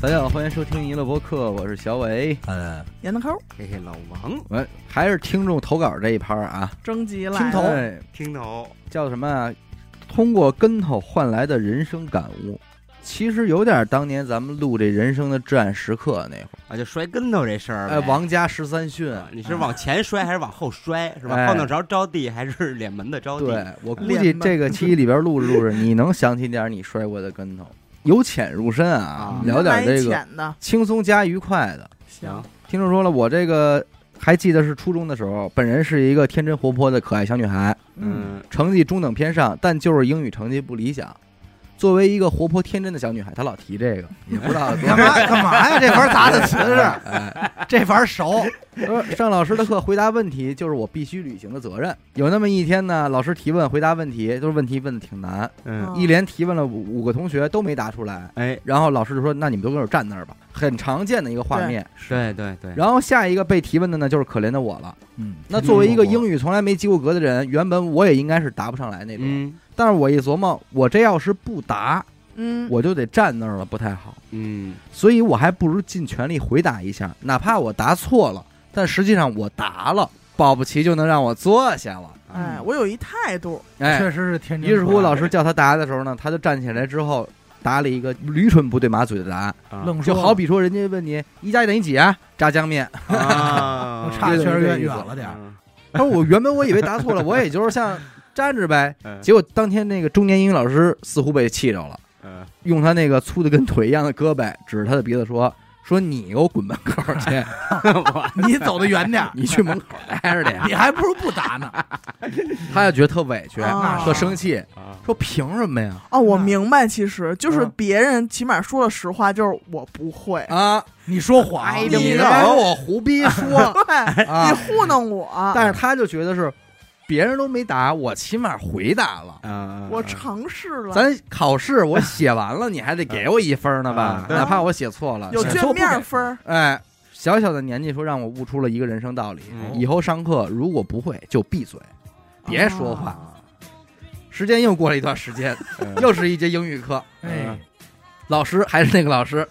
大家好，欢迎收听娱乐播客，我是小伟。嗯，闫德抠儿嘿嘿，老王喂，还是听众投稿这一趴啊，征集来头了，哎听头，叫什么啊？通过跟头换来的人生感悟，其实有点当年咱们录这人生的至暗时刻那会啊，就摔跟头这事儿儿，呗。哎，王家十三训啊，，你是往前摔还是往后摔？是吧？哎后脑勺着地还是脸门子着地？对我估计练吧这个期里边录着录着，你能想起点你摔过的跟头，由浅入深啊啊，聊点这个浅嗯的，轻松加愉快的。行，听众说了，我这个还记得是初中的时候，本人是一个天真活泼的可爱小女孩，嗯，嗯，成绩中等偏上，但就是英语成绩不理想。作为一个活泼天真的小女孩，她老提这个，也不知道干嘛干嘛呀？这玩意儿砸的瓷实， 哎，这玩意儿熟。说上老师的课回答问题就是我必须履行的责任。有那么一天呢，老师提问回答问题，就是问题问的挺难，嗯，一连提问了五五个同学都没答出来。哎，然后老师就说：“那你们都跟我站那儿吧。”很常见的一个画面。对对对，然后下一个被提问的呢，就是可怜的我了。嗯，那作为一个英语从来没及过格的人，原本我也应该是答不上来那种。嗯但是我一琢磨，我这要是不答，嗯，我就得站那儿了，不太好。嗯，所以我还不如尽全力回答一下，哪怕我答错了，但实际上我答了，保不齐就能让我坐下了。哎，我有一态度，哎，确实是天真。于是乎，老师叫他答的时候呢，他就站起来之后答了一个驴唇不对马嘴的答案，啊愣说就好比说人家问你一加一等于几啊，炸酱 面。啊我差确实这个远意思远了点儿。嗯他说我原本我以为答错了，我也就是像站着 呗。嗯结果当天那个中年英语老师似乎被气着了，嗯用他那个粗的跟腿一样的胳膊指着他的鼻子说：“说你给我滚门口 去， 你走得远点儿，你去门口待着去。” 你还不如不打呢。他就觉得特委屈，啊特生气，啊说凭什么呀？哦，我那明白，其实就是嗯别人起码说了实话，就是我 不会，哎啊，你说谎，哎你这这么把我胡逼 说对，你啊！糊弄我，但是他就觉得是别人都没答，我起码回答了。啊我尝试了，咱考试我写完了，你还得给我一分呢吧啊？对哪怕我写错了，有写卷错不面给分儿，哎，小小的年纪说让我悟出了一个人生道理：嗯以后上课如果不会就闭嘴，别说话。啊时间又过了一段时间，呃又是一节英语课，哎，老师还是那个老师，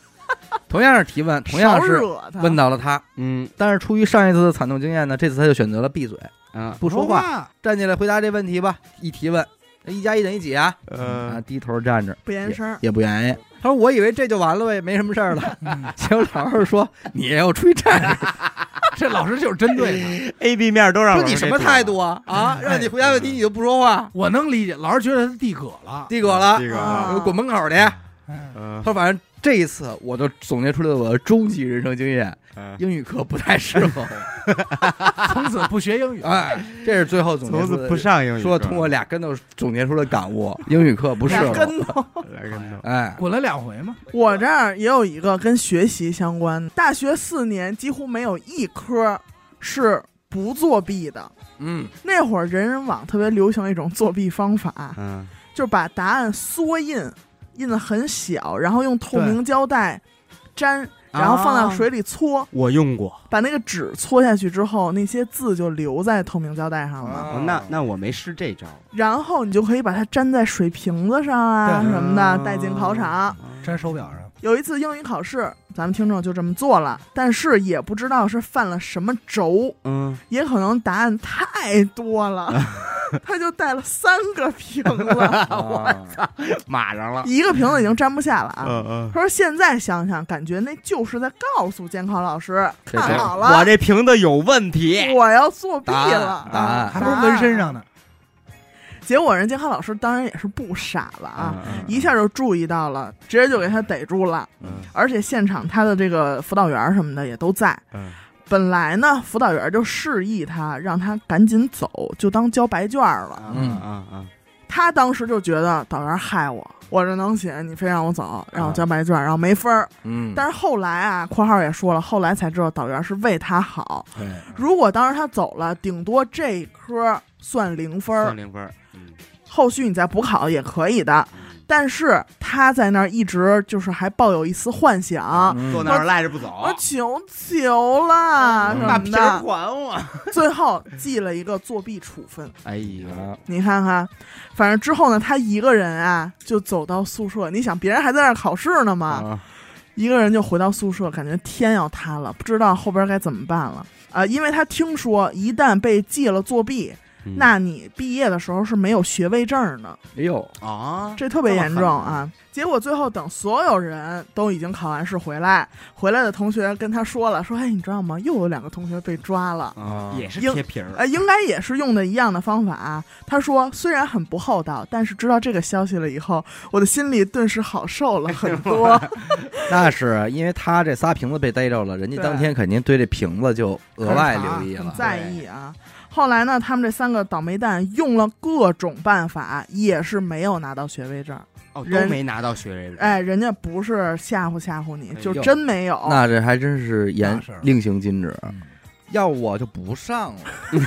同样是提问，同样少是惹他，问到了他。嗯但是出于上一次的惨痛经验呢，这次他就选择了闭嘴啊不说话，话，站起来回答这问题吧。一提问，一加一等于几啊？啊，呃低头站着不言声儿，也不言语。他说：“我以为这就完了呗，没什么事儿了。嗯” 结果老师说：“你也要出去站着， 这老师就是针对哎他。 ，A B 面都让说你什么态度啊？啊，哎嗯让你回答问题你就不说话，我能理解，老师觉得他递葛 了。递给我了，这个啊滚门口去。”嗯他嗯说：“反正这一次我就总结出了我的终极人生经验，嗯英语课不太适合我。从此不学英 语。哎，这是最后总结从出此的不上英语说课通过俩跟头总结出了感悟，英语课不适俩合。跟 头。来跟头哎，滚了两回嘛，我这儿也有一个跟学习相关的，大学四年几乎没有一科是不作弊的。嗯，那会儿人人网特别流行一种作弊方法，嗯就是把答案缩印，印的很小，然后用透明胶带粘，然后放到水里搓，我用过，把那个纸搓下去之后，那些字就留在透明胶带上了。啊哦那那我没试这招，然后你就可以把它粘在水瓶子上啊对什么的，带进考场。粘手表上。有一次英语考试，咱们听众就这么做了，但是也不知道是犯了什么轴，嗯，也可能答案太多了，他就带了三个瓶子，啊 我操，码上了，一个瓶子已经粘不下了啊。嗯他说：“现在想想，感觉那就是在告诉监考老师，这看这好我了，这瓶子有问题，我要作弊答案了。”答案还不是纹身上呢。结果人监考老师当然也是不傻了啊，嗯，一下就注意到了，直接就给他逮住了。嗯而且现场他的这个辅导员儿什么的也都在。嗯本来呢，辅导员儿就示意他让他赶紧走，就当交白卷儿了。嗯嗯嗯他当时就觉得导员儿害我，我这能写，你非让我走，让我交白卷儿，然后没分儿。嗯，但是后来啊，括号也说了，后来才知道导员儿是为他好。对如果当时他走了，顶多这一科算零分儿算，零分儿，嗯后续你再补考也可以的。嗯但是他在那儿一直就是还抱有一丝幻想，嗯坐那儿赖着不走，我求求啦嗯什把么皮儿还的，我！最后记了一个作弊处分。哎呀，啊你看看，反正之后呢，他一个人啊就走到宿舍。你想，别人还在那儿考试呢嘛，啊一个人就回到宿舍，感觉天要塌了，不知道后边该怎么办了。啊、因为他听说一旦被记了作弊，嗯那你毕业的时候是没有学位证的，哎呦，啊，这特别严重这么狠啊。结果最后等所有人都已经考完试回来，回来的同学跟他说了，说：“哎，你知道吗？又有两个同学被抓了。”啊，也是硬贴皮儿，呃，应该也是用的一样的方法。啊他说，虽然很不厚道，但是知道这个消息了以后，我的心里顿时好受了很多。那是因为他这仨瓶子被逮着了，人家对当天肯定对这瓶子就额外留意很了。在意啊。后来呢，他们这三个倒霉蛋用了各种办法，也是没有拿到学位证。哦，都人没拿到学位证，哎，人家不是吓唬吓唬你，哎就呦真没有。哦那这还真是严那是令行禁止嗯，要我就不上 了，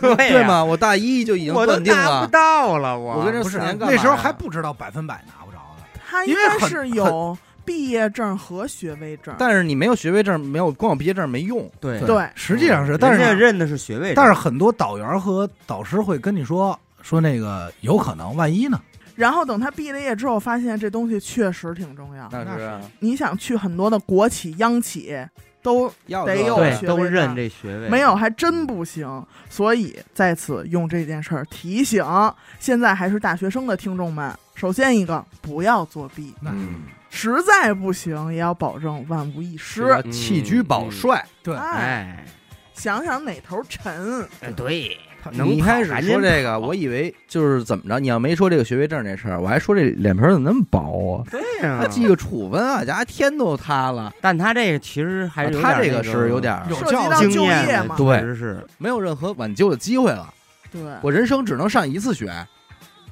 对对呀？吗？我大一就已经我都断定拿了不，到了，我我跟这不是啊四年干嘛那呀嗯时候还不知道百分百拿不着呢。他应因为该很是有毕业证和学位证。但是你没有学位证，没有光有毕业证没用。对对，实际上是，人但家是认的是学位证，但是很多导员和导师会跟你说说那个有可能，万一呢？然后等他毕了业之后，发现这东西确实挺重要。那那是是你想去很多的国企、央企都要得有对学位对都证认这学位，没有，还真不行。所以在此用这件事儿提醒现在还是大学生的听众们：首先一个，不要作弊，那是嗯，实在不行也要保证万无一是吧失。弃车保帅。对，哎，哎，想想哪头沉，哎对，能你一开始跑赶紧说这个，跑我以为就是怎么着，你要没说这个学位证这事儿，我还说这脸皮儿怎么那么薄啊？对他呀，记个处分啊，家天都塌了。啊但他这个其实还是有他点这那个个是有点儿有涉及教到经育就验业的，嘛。对确实是没有任何挽救的机会了，对，我人生只能上一次学，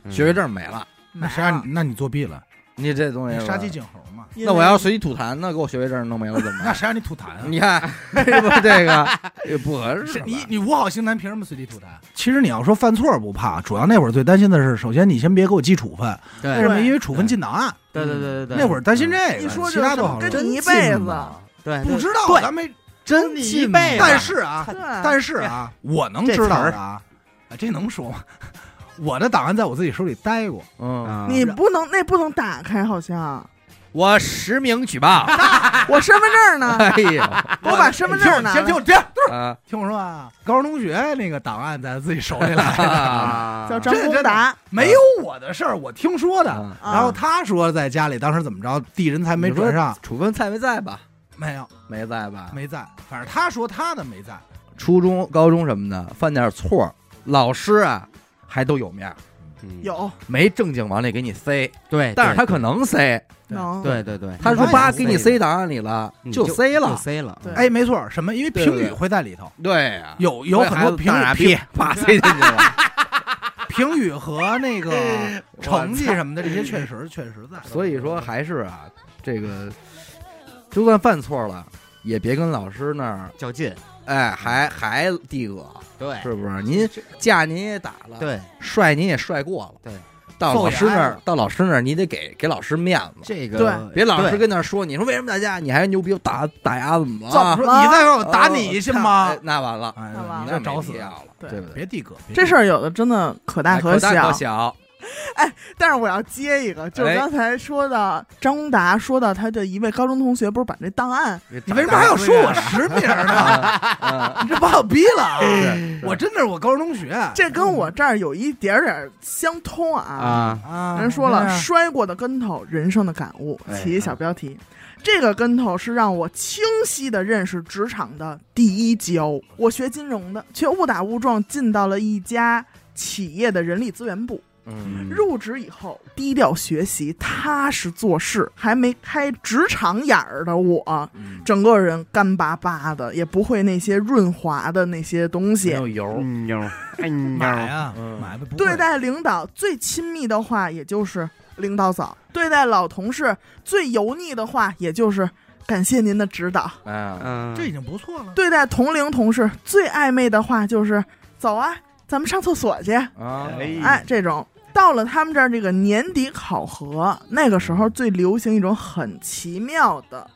嗯学位证没了。那没谁让了你那你作弊了？你这东西你是吧杀鸡儆猴嘛？哎因那我为要随地吐痰，那给我学位证弄没了怎么那办？谁让你吐痰啊？ 你看，这不这个也不合适是吧。你你五好星男凭什么随地吐痰？啊其实你要说犯错不怕，主要那会儿最担心的是，首先你先别给我记处分，为对什么？因为处分进档案，对对对对对，那会儿担心嗯这个，一说其这他事都儿好，跟说。你一辈子，对不知道啊对咱们真你一一辈子辈子，但是啊，对，但是啊，我能这知道词儿的啊，啊这能说吗？ 我的档案在我自己手里待过，嗯，你不能那不能打开，好像我实名举 报。我身份证呢，哎呦我把身份证拿先啊哎听了，我听，啊听我说啊，高中同学那个档案在自己手里来的，啊！啊，叫张这宏真的嗯达。没有我的事儿，我听说的。啊然后他说在家里当时怎么着，地人才没你说转上，处分在没在吧？没有没在吧？没在，反正他说他的没在，初中、高中什么的犯点错儿，老师啊还都有面儿，嗯有没正经往里给你塞，哎对，但是他对可能塞。能对对对，他说那叭也给你塞档案里了，你就就塞就了。塞了，对哎，没错，什么？因为对评对语会在里头，对呀，有有很多评语批，啪塞进去了。啊评语和那 个成绩什么的，这些确实确实在。所以说还是啊，这个就算犯错了，也别跟老师那儿较劲，哎还还递个，对是不是？您架您也打了，对，帅您也帅过了，对，到老师那揍也挨儿了，到老师那儿你得给给老师面子，这个对别老师对跟那儿说你说为什么打架，你还牛逼，我打打架怎么怎了？哦么说？啊你再让我打你信吗哎？那完了，哎那完你了这那找没死必人！要了，对对不对？别递哥，这事儿儿有的真的可大哎可小可，小，但是我要接一个，就是哎刚才说到张宏达说到他的一位高中同学，不是把这档案你为什么还要说我实名 呢？啊？你这把我逼了啊！是我真的嗯是我高中同学，这嗯跟我这儿有一点点相通啊。啊，啊人说了，真的摔过的跟头，人生的感悟，哎起小标题。这个跟头是让我清晰的认识职场的第一跤。我学金融的，却误打误撞进到了一家企业的人力资源部。嗯，入职以后，低调学习，踏实做事，还没开职场眼儿的我，嗯整个人干巴巴的，也不会那些润滑的那些东没西。有油，嗯呦，哎买呦，啊嗯买吧，不会对待领导最亲密的话，也就是领导早；对待老同事最油腻的话，也就是感谢您的指导；啊，嗯，这已经不错了。对待同龄同事最暧昧的话，就是走啊，咱们上厕所去。啊哎哎，这种到了他们这儿这个年底考核，那个时候最流行一种很奇妙的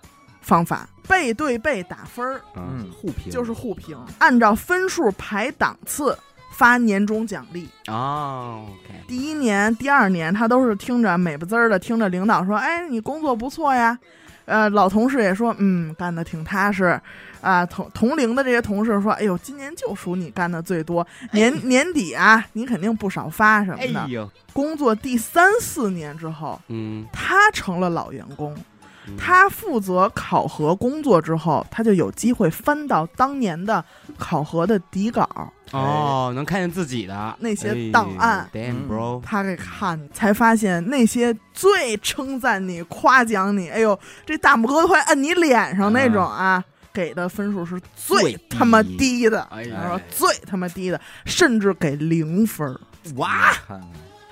方法，背对背打分儿，嗯嗯，互评就是互评，按照分数排档次发年终奖励。哦，OK，第一年、第二年，他都是听着美不滋儿的，听着领导说：“哎，你工作不错呀。”呃，老同事也说：“嗯，干的挺踏实。”啊，同同龄的这些同事说：“哎呦，今年就属你干的最多，年、年底啊，你肯定不少发什么的。哎呦，工作第三四年之后，嗯，他成了老员工，嗯他负责考核工作之后，他就有机会翻到当年的考核的底稿，哦，能看见自己的那些档案哎，damn 嗯 bro，他给看，才发现那些最称赞你、夸奖你，哎呦，这大拇哥都快按你脸上那种啊，给的分数是最最低他妈低的，哎他说呀，最他妈低的，甚至给零分儿，哇，看啊看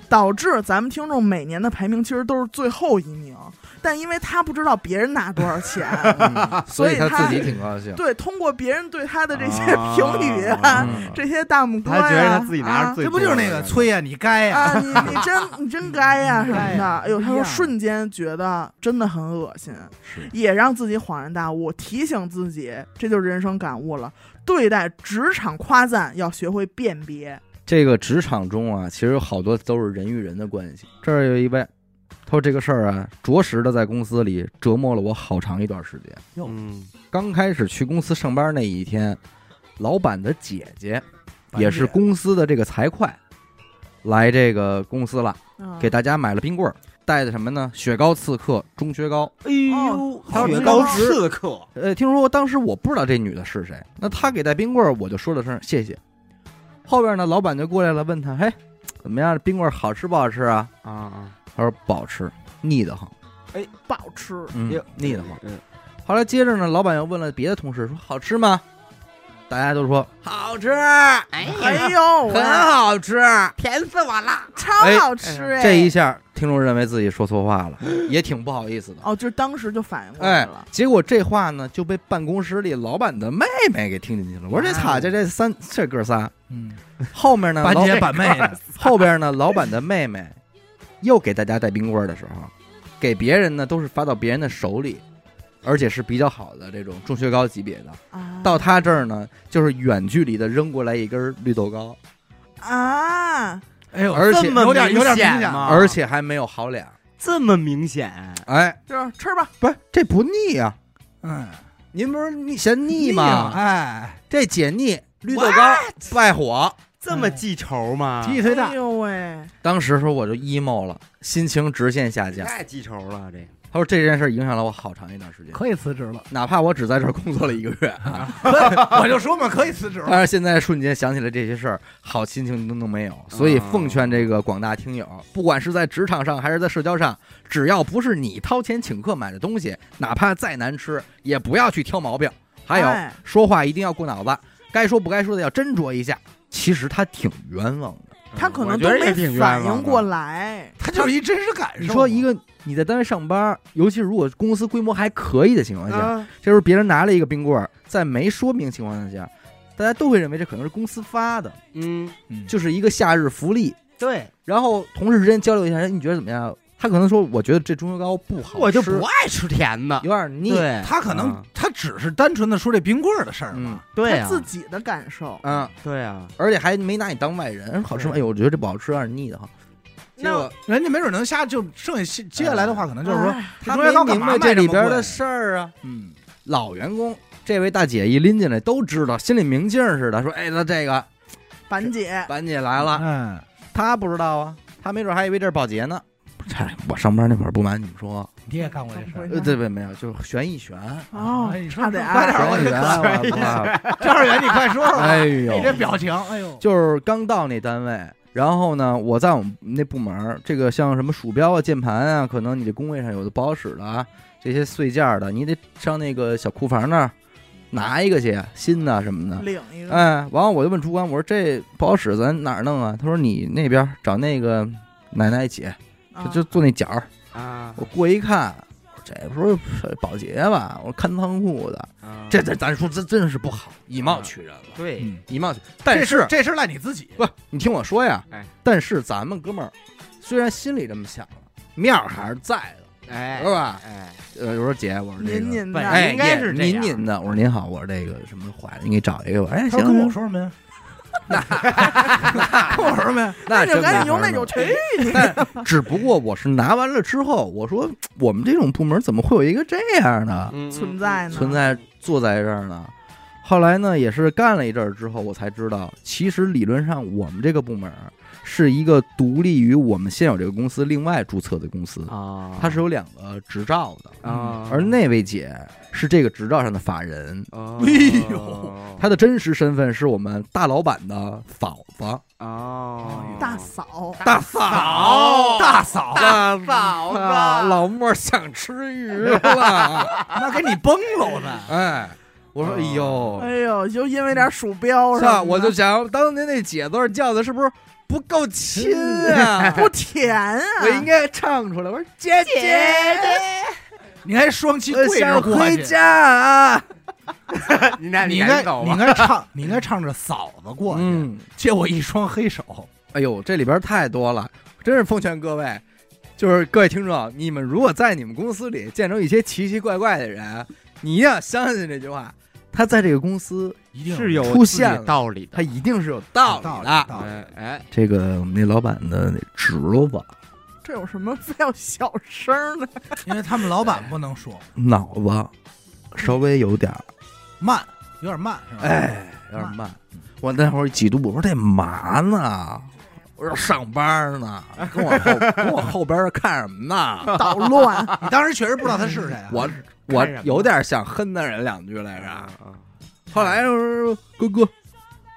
导致咱们听众每年的排名其实都是最后一名，但因为他不知道别人拿多少 钱，嗯所以以他他自己挺高兴。对，通过别人对他的 这些啊评语啊，嗯这些大拇哥呀，他觉得他自己拿啊着最这多的，不就是那个崔呀？你 该呀，啊，你你真你真该呀、什么该的呀。哎呦，他不说一样瞬间觉得真的很恶心，是也让自己恍然大悟，提醒自己，这就是人生感悟了。对待职场夸赞要学会辨别。这个职场中啊，其实有好多都是人与人的关系。这儿有一位，他说这个事儿啊，着实的在公司里折磨了我好长一段时间。嗯，刚开始去公司上班那一天，老板的姐姐板也是姐公司的这个财会，来这个公司了，嗯给大家买了冰棍儿，带的什么呢？雪糕刺客中薛高。哎呦好雪知糕道刺客，呃，听说当时我不知道这女的是谁，那她给带冰棍儿，我就说了声谢谢。后边呢，老板就过来了，问她，嘿，怎么样？冰棍儿好吃不好吃啊？啊啊，她说不好吃，腻得慌，哎不好吃，嗯哟腻得慌。嗯后来接着呢，老板又问了别的同事，说好吃吗？大家都说好吃，哎哎，呦，很好吃。 甜死我了，超好吃哎！这一下，听众认为自己说错话了，也挺不好意思的。哦，就是当时就反应过来哎了，，结果这话呢就被办公室里老板的妹妹给听进去了。我说这哇哦操，这这三这哥仨，嗯，后面呢，板老姐板妹的，后边呢，老板的妹妹又给大家带冰棍儿的时候，给别人呢都是发到别人的手里，而且是比较好的这种中雪糕级别的。啊到他这儿呢，就是远距离的扔过来一根儿绿豆糕，啊，哎呦，而且这么有点有明点明显显吗？而且还没有好脸儿。这么明显，哎，就是吃吧，不是这不腻啊？嗯，您不是腻嫌腻吗？吗？哎，这解腻，绿豆糕败火。这么记仇吗？鸡腿蛋哎，呦喂，当时时候我就 emo 了，心情直线下降。太记仇了，这个他说这件事影响了我好长一段时间，可以辞职 了，哪怕我只在这儿工作了一个月啊，我就说嘛，可以辞职了。但是现在瞬间想起来这些事儿，好心情都能没有。所以奉劝这个广大听友，不管是在职场上还是在社交上，只要不是你掏钱请客买的东西，哪怕再难吃，也不要去挑毛病。还有、哎说话一定要过脑子，该说不该说的要斟酌一下。其实他挺冤枉的。他可我能觉都得没也挺冤反枉应的过来，他就是一真实感受嘛。你说一个你在单位上班，尤其如果公司规模还可以的情况下，啊，这时候别人拿了一个冰棍儿，在没说明情况下，大家都会认为这可能是公司发的，嗯，嗯，就是一个夏日福利。对，然后同事之间交流一下，哎你觉得怎么样？他可能说，我觉得这中秋糕不好吃，我就不爱吃甜的，有点腻。对，他可能啊他只是单纯的说这冰棍儿的事儿嗯嘛。，对他啊，自己的感受。嗯，对啊，而且还没拿你当外人，好吃吗？哎呦，我觉得这不好吃，有点腻的哈。结果人家没准能下，就剩下接接下来的话，可能就是说，哎哎他这中药没干明嘛白卖这这里么边的贵事儿啊。嗯，老员工，这位大姐一拎进来都知道，心里明镜儿似的，说：“哎，那这个板姐，板姐来了。”嗯，他不知道啊，他没准还以为这是保洁呢。这我上班那会儿，不瞒你们说，你也干过这事儿呃，对对，没有，就是悬一悬，哦哎你，说差点快点儿儿悬一悬，我操！赵二元，你快 说说，哎你这呦，表情，哎呦，就是刚到那单位，然后呢，我在我们那部门儿，这个像什么鼠标啊、键盘啊，可能你这工位上有的不好使了啊，这些碎件儿的，你得上那个小库房那儿拿一个去，新的什么的。领一个，哎，完了我就问主管，我说这不好使，咱哪儿弄啊？他说你那边儿找那个奶奶姐，啊就就做那角儿。啊我过一看，这不是保洁吧？我看仓库的，啊这这咱说这真是不好，以貌取人了，对嗯以貌取。但是这事赖你自己。不，你听我说呀哎，但是咱们哥们儿虽然心里这么想了，面儿还是在的，哎是吧？哎，呃，我说姐，我说这个。您您本的，哎，应该是这您样您的，我说您好，我说这个什么坏，你给找一个吧。哎，他行，说跟我行说什么呀？跟我说呗，那那就真赶没紧用法那弄 种去你只不过我是拿完了之后，我说我们这种部门怎么会有一个这样的嗯存在呢存在坐在这儿呢？后来呢，也是干了一阵儿之后，我才知道，其实理论上我们这个部门是一个独立于我们现有这个公司另外注册的公司，啊，它是有两个执照的。啊，而那位姐是这个执照上的法人，哦，哎呦她的真实身份是我们大老板的嫂子，哦，大 嫂，大嫂，大嫂，大嫂子啊老莫想吃鱼了。 那给你崩喽呢。哎，我说，啊哎呦，哎呦，就因为点鼠标呃是什么吧？的我就想当年那姐字儿叫的是不是不够亲 啊？不甜啊， 我应该唱出来。我说姐姐，你还双膝我跪着想过回去，家啊。你那啊你应赶该紧走你应吧，该唱，你应该唱着嫂子过去，嗯，借我一双黑手。哎呦，这里边太多了，真是奉劝各位。就是各位听众，你们如果在你们公司里见着一些奇奇怪怪的人，你一定要相信这句话，他在这个公司一定是有出现自己了道理的他，一定是有道理道理的。道理哎哎，这个我们那老板的直了吧，这有什么非要小声呢？因为他们老板不能说脑子稍微有点儿慢，有点慢是吧？哎，有点慢。我那会儿几度，我说这嘛呢？我说上班呢，跟我后跟我后边看什么 呢？捣乱，哎你当时确实不知道他是谁啊。我我看什么有点想哼那人两句来着。啊后来我说哥哥，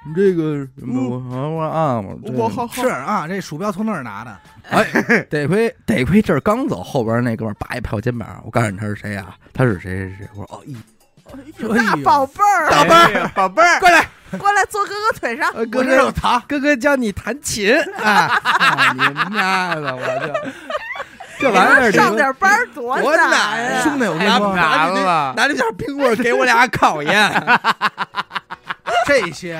你这个什么？我说我说啊，我这我好好是啊，这鼠标从那儿拿的，哎， 得亏得亏这儿刚走，后边那哥们儿叭一拍我肩膀，我告诉你他是谁啊？他是谁谁谁？我说哦，一有大宝贝儿，哎大宝贝儿哎呀宝贝儿，过来，过来坐哥哥腿上，呃我哥这有哥糖。哥哥教你弹 琴啊！啊你妈的，我 就这玩意儿上你点班儿多多难难啊呀！兄弟，我跟你太说，难了，拿着小冰棍儿给我俩考验。这些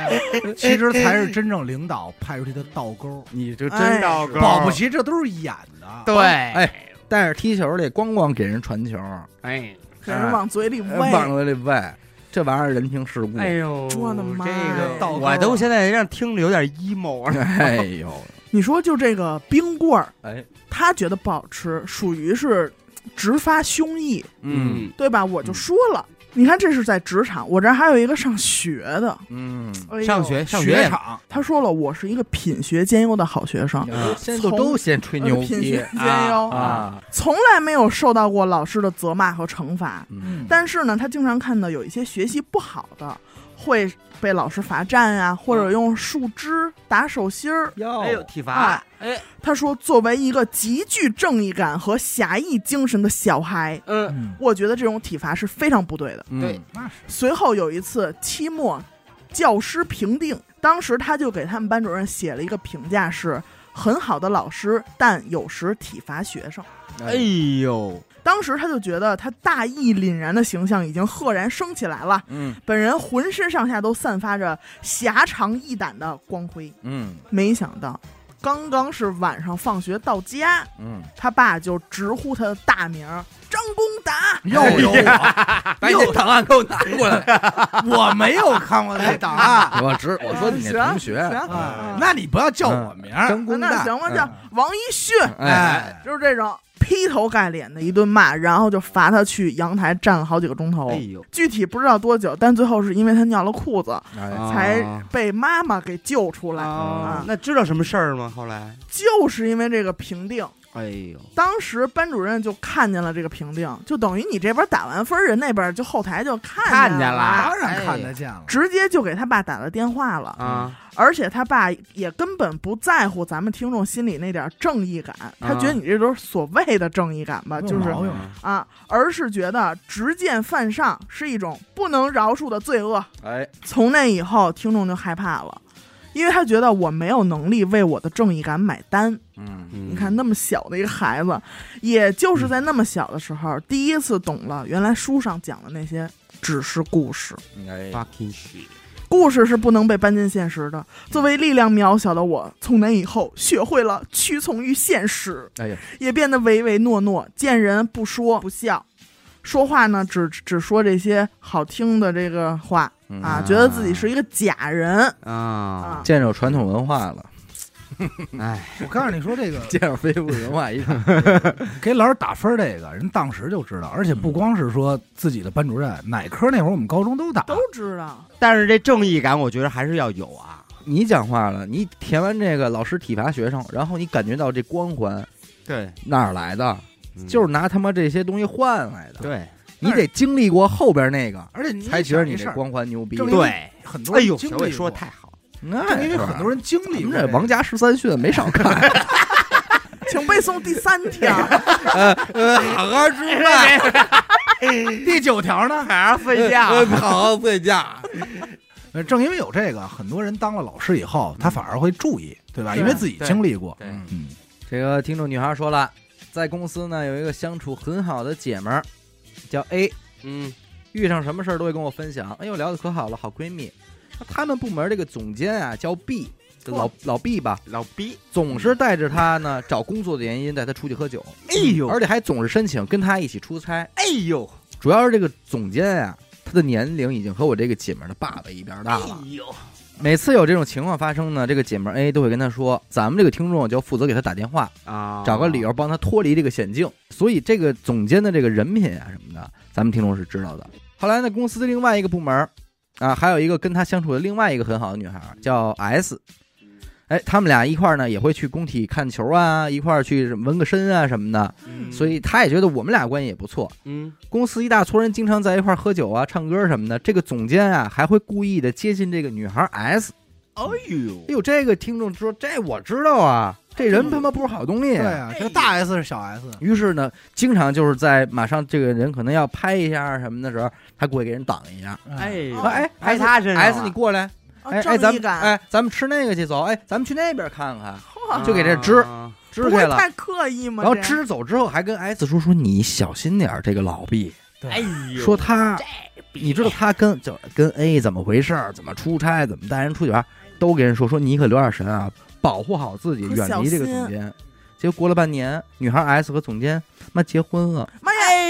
其实才是真正领导派出去的倒钩， 你就真哎绕钩保不齐这都是演的。对，哎带着踢球儿得咣咣给人传球儿，哎给人往嘴里喂，往哎了里喂，哎这玩意儿人情世故。哎呦，我的妈呀这个倒钩我都现在让听着有点 emo，哎呦，你说就这个冰棍儿，哎，他觉得不好吃，属于是直发胸臆，嗯对吧？我就说了，你看这是在职场，我这还有一个上学的，嗯，哎呦上学上学雪也场他说了，我是一个品学兼优的好学生，嗯现在从都都先吹牛呃品逼学兼优，啊，从来没有受到过老师的责骂和惩罚。嗯但是呢，他经常看到有一些学习不好的会被老师罚站啊，或嗯者用树枝打手心儿。哟哎呦，体罚哎，哎他说，作为一个极具正义感和侠义精神的小孩，嗯，嗯，我觉得这种体罚是非常不对的。嗯对，那是随后有一次期末教师评定，当时他就给他们班主任写了一个评价是。很好的老师，但有时体罚学生。哎哎，呦，当时他就觉得他大义凛然的形象已经赫然升起来了，嗯本人浑身上下都散发着狭长义胆的光辉。嗯没想到，刚刚是晚上放学到家， 嗯，他爸就直呼他的大名儿张公达。又有我，哎 把你那档案给我拿过来，我没有看过那档案。我知我说你那同学嗯行行啊啊，那你不要叫我名儿，张公那大，行吧，嗯叫王一迅，哎，就是这种劈头盖脸的一顿骂，然后就罚他去阳台站了好几个钟头哎。呦，具体不知道多久，但最后是因为他尿了裤子，哎啊才被妈妈给救出来。啊啊，那知道什么事儿吗？后来，就是因为这个评定，哎呦，当时班主任就看见了这个评定，就等于你这边打完分儿，人那边就后台就看看见了了。当然看得见了。直接就给他爸打了电话了，啊，而且他爸也根本不在乎咱们听众心里那点正义感，他啊觉得你这都是所谓的正义感吧，嗯就是哎呦啊，而是觉得直谏犯上是一种不能饶恕的罪恶。哎，从那以后，听众就害怕了，因为他觉得我没有能力为我的正义感买单。嗯你你看，那么小的一个孩子，也就是在那么小的时候，第一次懂了原来书上讲的那些只是故事，应该 fucking shit，故事是不能被搬进现实的。作为力量渺小的我，从那以后学会了屈从于现实，哎呀，也变得唯唯诺诺，见人不说不笑，说话呢只只说这些好听的这个话嗯啊，觉得自己是一个假人啊啊，。见着传统文化了，哎，我告诉你说，这个见着非物质文化一样。给老师打分儿这个人当时就知道，而且不光是说自己的班主任，哪科那会儿我们高中都打，都知道，但是这正义感，我觉得还是要有啊。 你讲话了，你填完这个，老师体罚学生，然后你感觉到这光环对，哪儿来的？就是拿他妈这些东西换来的。，嗯对你得经历过后边那个，而且你才觉得你想这事这儿光环牛逼。正因为对。很多哎人呦，经小历伟说过的太好了，那正因为很多人经历嗯咱们过这这个王家十三训没少看，请背诵第三 条。啊呃好好吃饭，第九条呢，还是睡觉呃好好睡觉。呃正因为有这个，很多人当了老师以后，他反而会注意，对吧？对因为自己经历过，对嗯，这个听众女孩说了，在公司呢有一个相处很好的姐们儿，叫 A， 嗯遇上什么事儿都会跟我分享，哎呦聊的可好了，好闺蜜。他们部门这个总监啊叫 B，这老老 B 吧，老逼，总是带着她呢找工作的原因带她出去喝酒，哎呦而且还总是申请跟她一起出差。哎呦，主要是这个总监啊，他的年龄已经和我这个姐们儿的爸爸一边大了。哎呦，每次有这种情况发生呢，这个姐们儿 A 都会跟她说，咱们这个听众就负责给她打电话，啊，找个理由帮她脱离这个险境。所以这个总监的这个人品啊什么的，咱们听众是知道的。后来呢，公司的另外一个部门儿啊，还有一个跟她相处的另外一个很好的女孩儿叫 S。哎，他们俩一块儿呢，也会去工体看球啊，一块儿去纹个身啊什么的，嗯，所以她也觉得我们俩关系也不错。嗯，公司一大撮人经常在一块儿喝酒啊、唱歌什么的。这个总监啊，还会故意的接近这个女孩 S。哎呦哎，呦，这个听众说这我知道啊，这人他妈不是好东西对啊。啊，这大 S 是小 S，于是呢，经常就是在马上这个人可能要拍一下什么的时候，他过去给人挡一下。嗯哎呦，说哎，拍 S- 他身上了 S 你过来，啊哎哎，正咱义们感，哎咱们吃那个去，走，哎，咱们去那边看看，嚯就给这支啊支不会开了。太刻意吗？然后这支走之后，还跟 S 说说你小心点儿，这个老毕。哎呦，说他，你知道他跟就跟 A 怎么回事儿，怎么出差，怎么带人出去玩儿，都跟人说说你可留点神啊，保护好自己，可远小离这个心总监。结果过了半年，女孩 S 和总监妈结婚了，妈呀，哎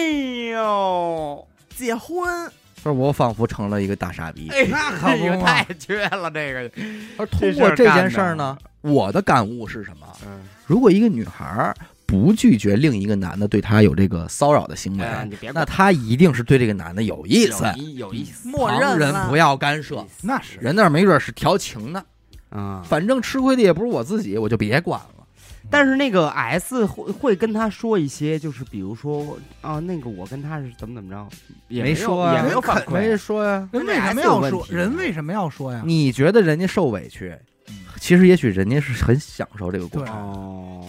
呦，结婚说我仿佛成了一个大傻逼。哎，那可不 嘛太缺了这个，而通过这这事儿件干的啊事儿呢，我的感悟是什么？嗯，如果一个女孩儿不拒绝另一个男的对她有这个骚扰的行为，哎你别那管她一定是对这个男的有意思，有意有意思，啊默旁认人了不，要干涉。那是人那儿没准儿是调情呢，啊，反正吃亏的也不是我自己，我就别管了。但是那个 S 会会跟他说一些，就是比如说啊，那个我跟他是怎么怎么着，也没有说啊也没有反肯没馈，说呀，人为那什 S 么有要问说题人为什么要说呀？你觉得人家受委屈，嗯其实也许人家是很享受这个过对程。哦，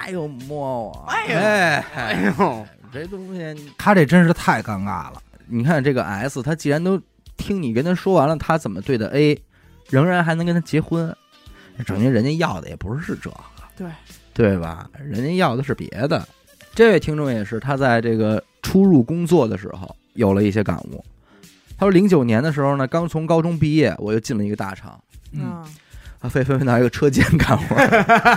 哎呦，摸我！哎呦哎，哎呦，这东西，他这真是太尴尬了，你看这个 S，他既然都听你跟他说完了，他怎么对的 A，仍然还能跟他结婚，证明人家要的也不是这个，对对吧？人家要的是别的。这位听众也是，他在这个初入工作的时候有了一些感悟。他说，零九年的时候呢，刚从高中毕业，我又进了一个大厂。嗯，嗯，啊，飞飞拿一个车间干活儿，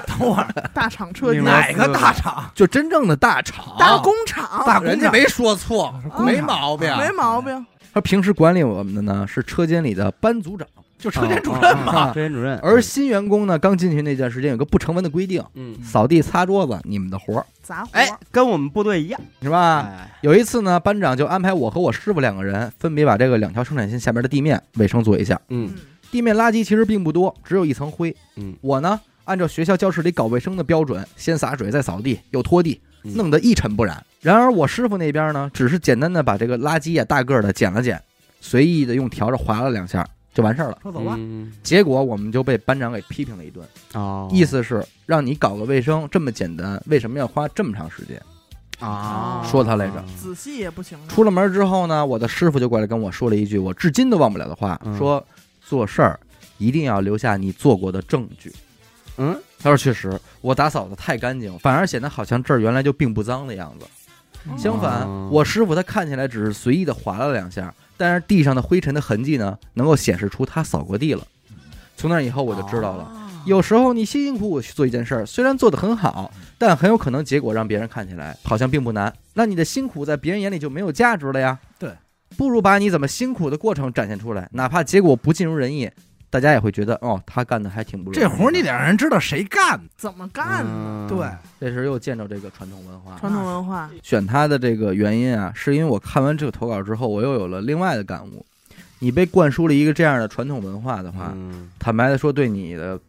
等会儿大厂车明间，白哪个大厂？就真正的大厂，大工厂，大啊人家没嗯说错工，厂没毛病。没毛病，他平时管理我们的呢是车间里的班组长，就车哦间主任任嘛车间主任，而新员工呢刚进去那段时间有个不成文的规定，嗯，扫地、擦桌子，你们的活儿杂活，哎，跟我们部队一样是吧？哎有一次呢，班长就安排我和我师傅两个人分别把这个两条生产线下边的地面卫生做一下。嗯嗯，地面垃圾其实并不多，只有一层灰。嗯，我呢按照学校教室里搞卫生的标准，先洒水，再扫地，又拖地，嗯弄得一尘不染。然而我师傅那边呢，只是简单的把这个垃圾呀、大个儿的捡了捡，随意的用笤帚划了两下就完事儿了。说走吧，嗯结果我们就被班长给批评了一顿，哦，意思是让你搞个卫生这么简单，为什么要花这么长时间？啊，说他来着仔细也不行啊，出了门之后呢，我的师傅就过来跟我说了一句我至今都忘不了的话，嗯说做事儿一定要留下你做过的证据。嗯，他说确实，我打扫的太干净，反而显得好像这儿原来就并不脏的样子。相反哦，我师傅他看起来只是随意的划了两下，但是地上的灰尘的痕迹呢，能够显示出他扫过地了。从那以后我就知道了，哦了有时候你辛辛苦苦去做一件事儿，虽然做得很好，但很有可能结果让别人看起来好像并不难，那你的辛苦在别人眼里就没有价值了呀。对，不如把你怎么辛苦的过程展现出来，哪怕结果不尽如人意，大家也会觉得哦，他干的还挺不容易这的。活儿你得让人知道谁干的。怎么干的？嗯嗯对，这时候又见着这个传统文化。传统文化，选他的这个原因啊，是因为我看完这个投稿之后，我又有了另外的感悟。你被灌输了一个这样的传统文化的话，嗯坦白的说，对你的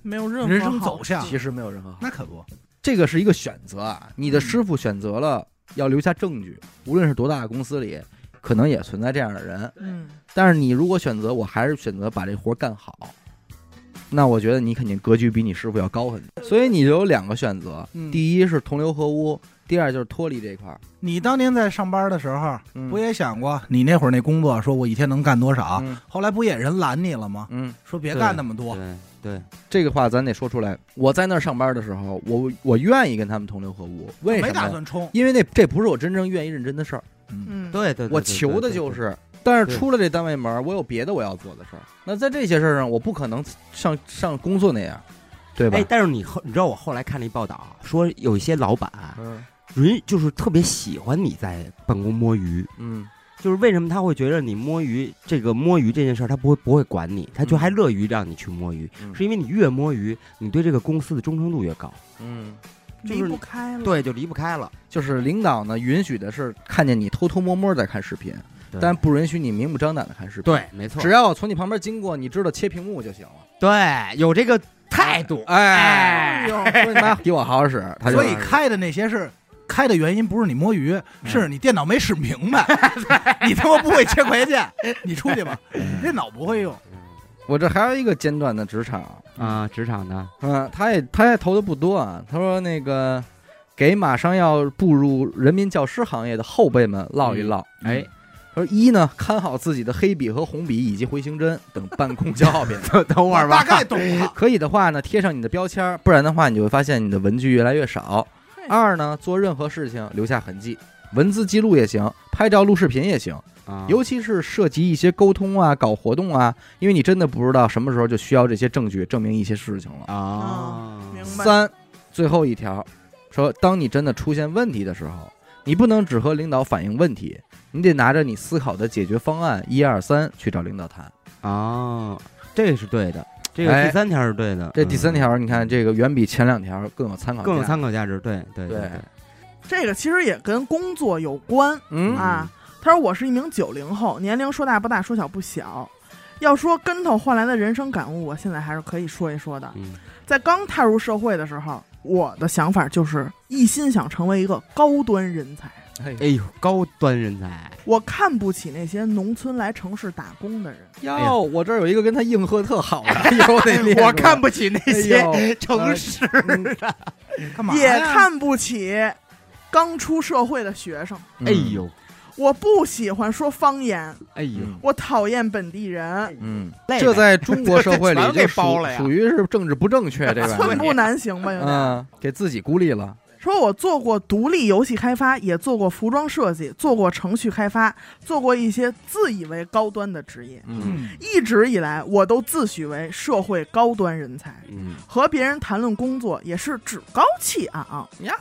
没有任何人生好走向其实没有任何好。啊那可不，这个是一个选择啊，你的师傅选择了要留下证据，无论是多大的公司里，可能也存在这样的人。嗯，但是你如果选择，我还是选择把这活干好，那我觉得你肯定格局比你师傅要高很多。所以你就有两个选择，嗯第一是同流合污，第二就是脱离这块儿。你当年在上班的时候，嗯不也想过你那会儿那工作，说我一天能干多少？嗯后来不也人拦你了吗？嗯，说别对干那么多。对对，这个话咱得说出来。我在那儿上班的时候，我我愿意跟他们同流合污，为没什打么？算冲，因为那这不是我真正愿意认真的事儿，嗯，嗯，对对，对我对对求的对就对是。但对是出了这单位门儿，我有别的我要做的事儿。那在这些事儿上，我不可能像像工作那样，对吧哎，？但是你后你知道我后来看了一报道，说有一些老板嗯允就是特别喜欢你在办公摸鱼，嗯就是为什么他会觉得你摸鱼这个摸鱼这件事儿他不会不会管你，他就还乐于让你去摸鱼，嗯是因为你越摸鱼，你对这个公司的忠诚度越高，嗯，离不开了。对，就离不开了。就是领导呢允许的是看见你偷偷摸摸在看视频，对但不允许你明目张胆的看视频。对，没错只，要我从你旁边经过，你知道切屏幕就行了。对，有这个啊态度，哎，哎呦，说你妈比我好使，他就所以开的那些是开的原因不是你摸鱼，嗯是你电脑没使 明白，你他妈不会切快捷键， 你出去吧，嗯你电脑不会用。我这还有一个间断的职场，啊、职场呢，嗯，他也他也投的不多啊。他说那个给马上要步入人民教师行业的后辈们唠一唠。哎，他说一呢，看好自己的黑笔和红笔以及回形针等办公消耗品。等等会儿吧，大概懂了。 可以的话呢，贴上你的标签儿，不然的话，你就会发现你的文具越来越少。二呢，做任何事情留下痕迹，文字记录也行，拍照录视频也行。啊尤其是涉及一些沟通啊、搞活动啊，因为你真的不知道什么时候就需要这些证据证明一些事情了。啊嗯，明白三，最后一条，说当你真的出现问题的时候，你不能只和领导反映问题，你得拿着你思考的解决方案一二三去找领导谈。啊，这是对的，这个哎第三条是对的，这第三条，嗯你看这个远比前两条更有参考，更有。参考价值，对对啊对这个其实也跟工作有关嗯啊。他说我是一名九零后，年龄说大不大，说小不小。要说跟头换来的人生感悟，我现在还是可以说一说的。嗯在刚踏入社会的时候，我的想法就是一心想成为一个高端人才。哎哎呦，高端人才，我看不起那些农村来城市打工的人。哎呀哟，我这儿有一个跟他应和特好的， 哎呦我得列出来我看不起那些哎城市的，干嘛也呀？看不起刚出社会的学生。哎，呦，我不喜欢说方言，哎呦，嗯嗯我讨厌本地人，嗯，累这呗在中国社 会里全就给属包了呀属于是政治不正确这 个，寸步难行吧，有点。嗯，给自己孤立了。说我做过独立游戏开发，也做过服装设计，做过程序开发，做过一些自以为高端的职业。嗯嗯，一直以来，我都自诩为社会高端人才，嗯，和别人谈论工作也是趾高气昂。呀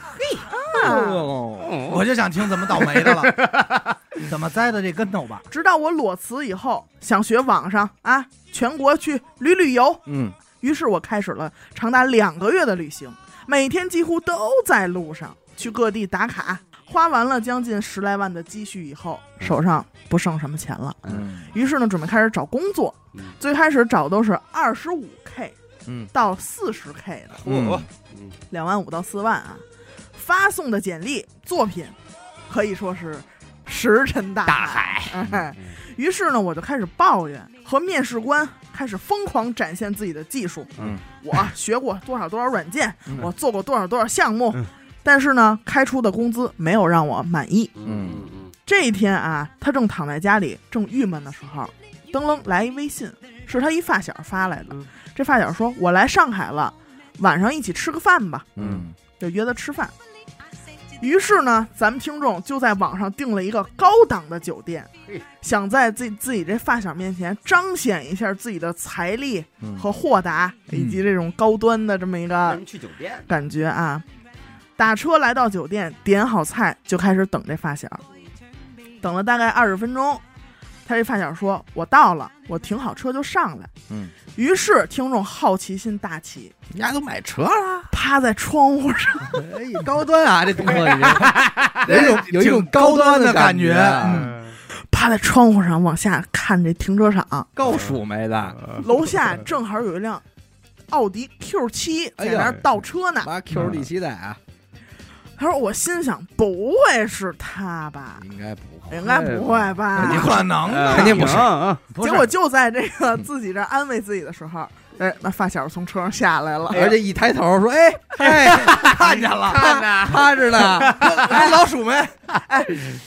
啊哦，我就想听怎么倒霉的了， 怎么栽的这跟头吧？直到我裸辞以后，想学网上啊，全国去旅旅游。嗯，于是我开始了长达两个月的旅行，每天几乎都在路上去各地打卡。花完了将近十来万的积蓄以后，嗯手上不剩什么钱了。嗯于是呢，准备开始找工作嗯。最开始找都是二十五 k 嗯到四十 k 的，嗯，两万五到四万啊。发送的简历作品可以说是石沉大大海。海，哎 于是呢，我就开始抱怨，和面试官开始疯狂展现自己的技术。嗯，我学过多少多少软件，嗯我做过多少多少项目嗯，但是呢，开出的工资没有让我满意。嗯嗯这一天啊，他正躺在家里正郁闷的时候，噔楞来一微信，是他一发小发来的嗯。这发小说：“我来上海了，晚上一起吃个饭吧。”嗯，就约他吃饭。于是呢，咱们听众就在网上订了一个高档的酒店嘿，想在自己自己这发小面前彰显一下自己的财力嗯和豁达，嗯以及这种高端的这么一为什个么去酒店？感觉啊。打车来到酒店，点好菜就开始等这发小，等了大概二十分钟，他这发小说：“我到了，我停好车就上来。”嗯，于是听众好奇心大起，人家都买车了，趴在窗户上。哎高端啊，这动作已经有一种有一种挺高端端的感感觉嗯啊呃趴在窗户上往下看这停 车场，够数没嗯的，楼下正好有一辆奥迪 Q 七在那哎儿呦倒车呢。妈 Q 第七代啊，他说：“我心想，不会是他吧？应该不会，应该不会肯不定吧可能呃啊肯定不是啊，？”结果就在这个自己这儿安慰自己的时 候，哎，那发小从车上下来了。而且一抬头说，哎哎，看 见了，看着趴着呢，哎老鼠没？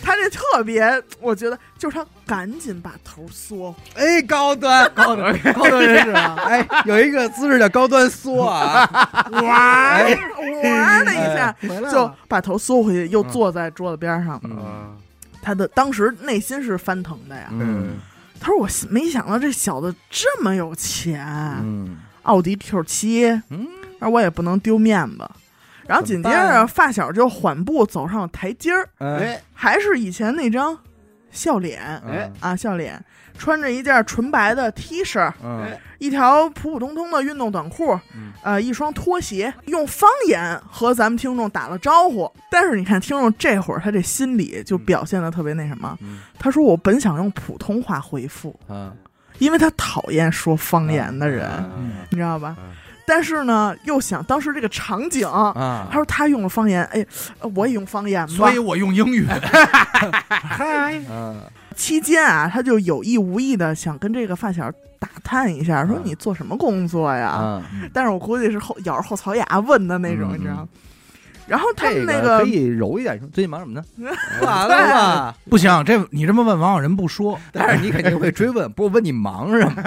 他这特别，我觉得就是他赶紧把头缩回哎，高端高端高端人士 啊，哎，有一个姿势叫高端缩啊，来，哇哇的一下，回来就了，把头缩回去，又坐在桌子边上。嗯呃他的当时内心是翻腾的呀。嗯他说：“我没想到这小子这么有钱，嗯奥迪 Q 七，嗯，而我也不能丢面子。”然后紧接怎么办着啊发小就缓步走上台阶儿，哎哎还是以前那张笑脸哎啊，笑脸，穿着一件纯白的 T 恤，嗯一条普普通通的运动短裤，嗯呃，一双拖鞋，用方言和咱们听众打了招呼。但是你看，听众这会儿他这心里就表现的特别那什么，嗯他说：“我本想用普通话回复。”嗯，因为他讨厌说方言的人，嗯你知道吧嗯？但是呢，又想当时这个场景，啊嗯他，说他用了方言，哎，呃我也用方言吧。所以我用英语。嗨，嗯期间啊，他就有意无意的想跟这个发小打探一下，说嗯你做什么工作呀？啊，但是我估计是后咬着后槽牙问的那种，嗯你知道吗？然后他这们那可以揉一点，最近忙什么呢？ 哎完对了吧？ 不行，这你这么问王小人不说， 但是你肯定会追问，不是问你忙什么？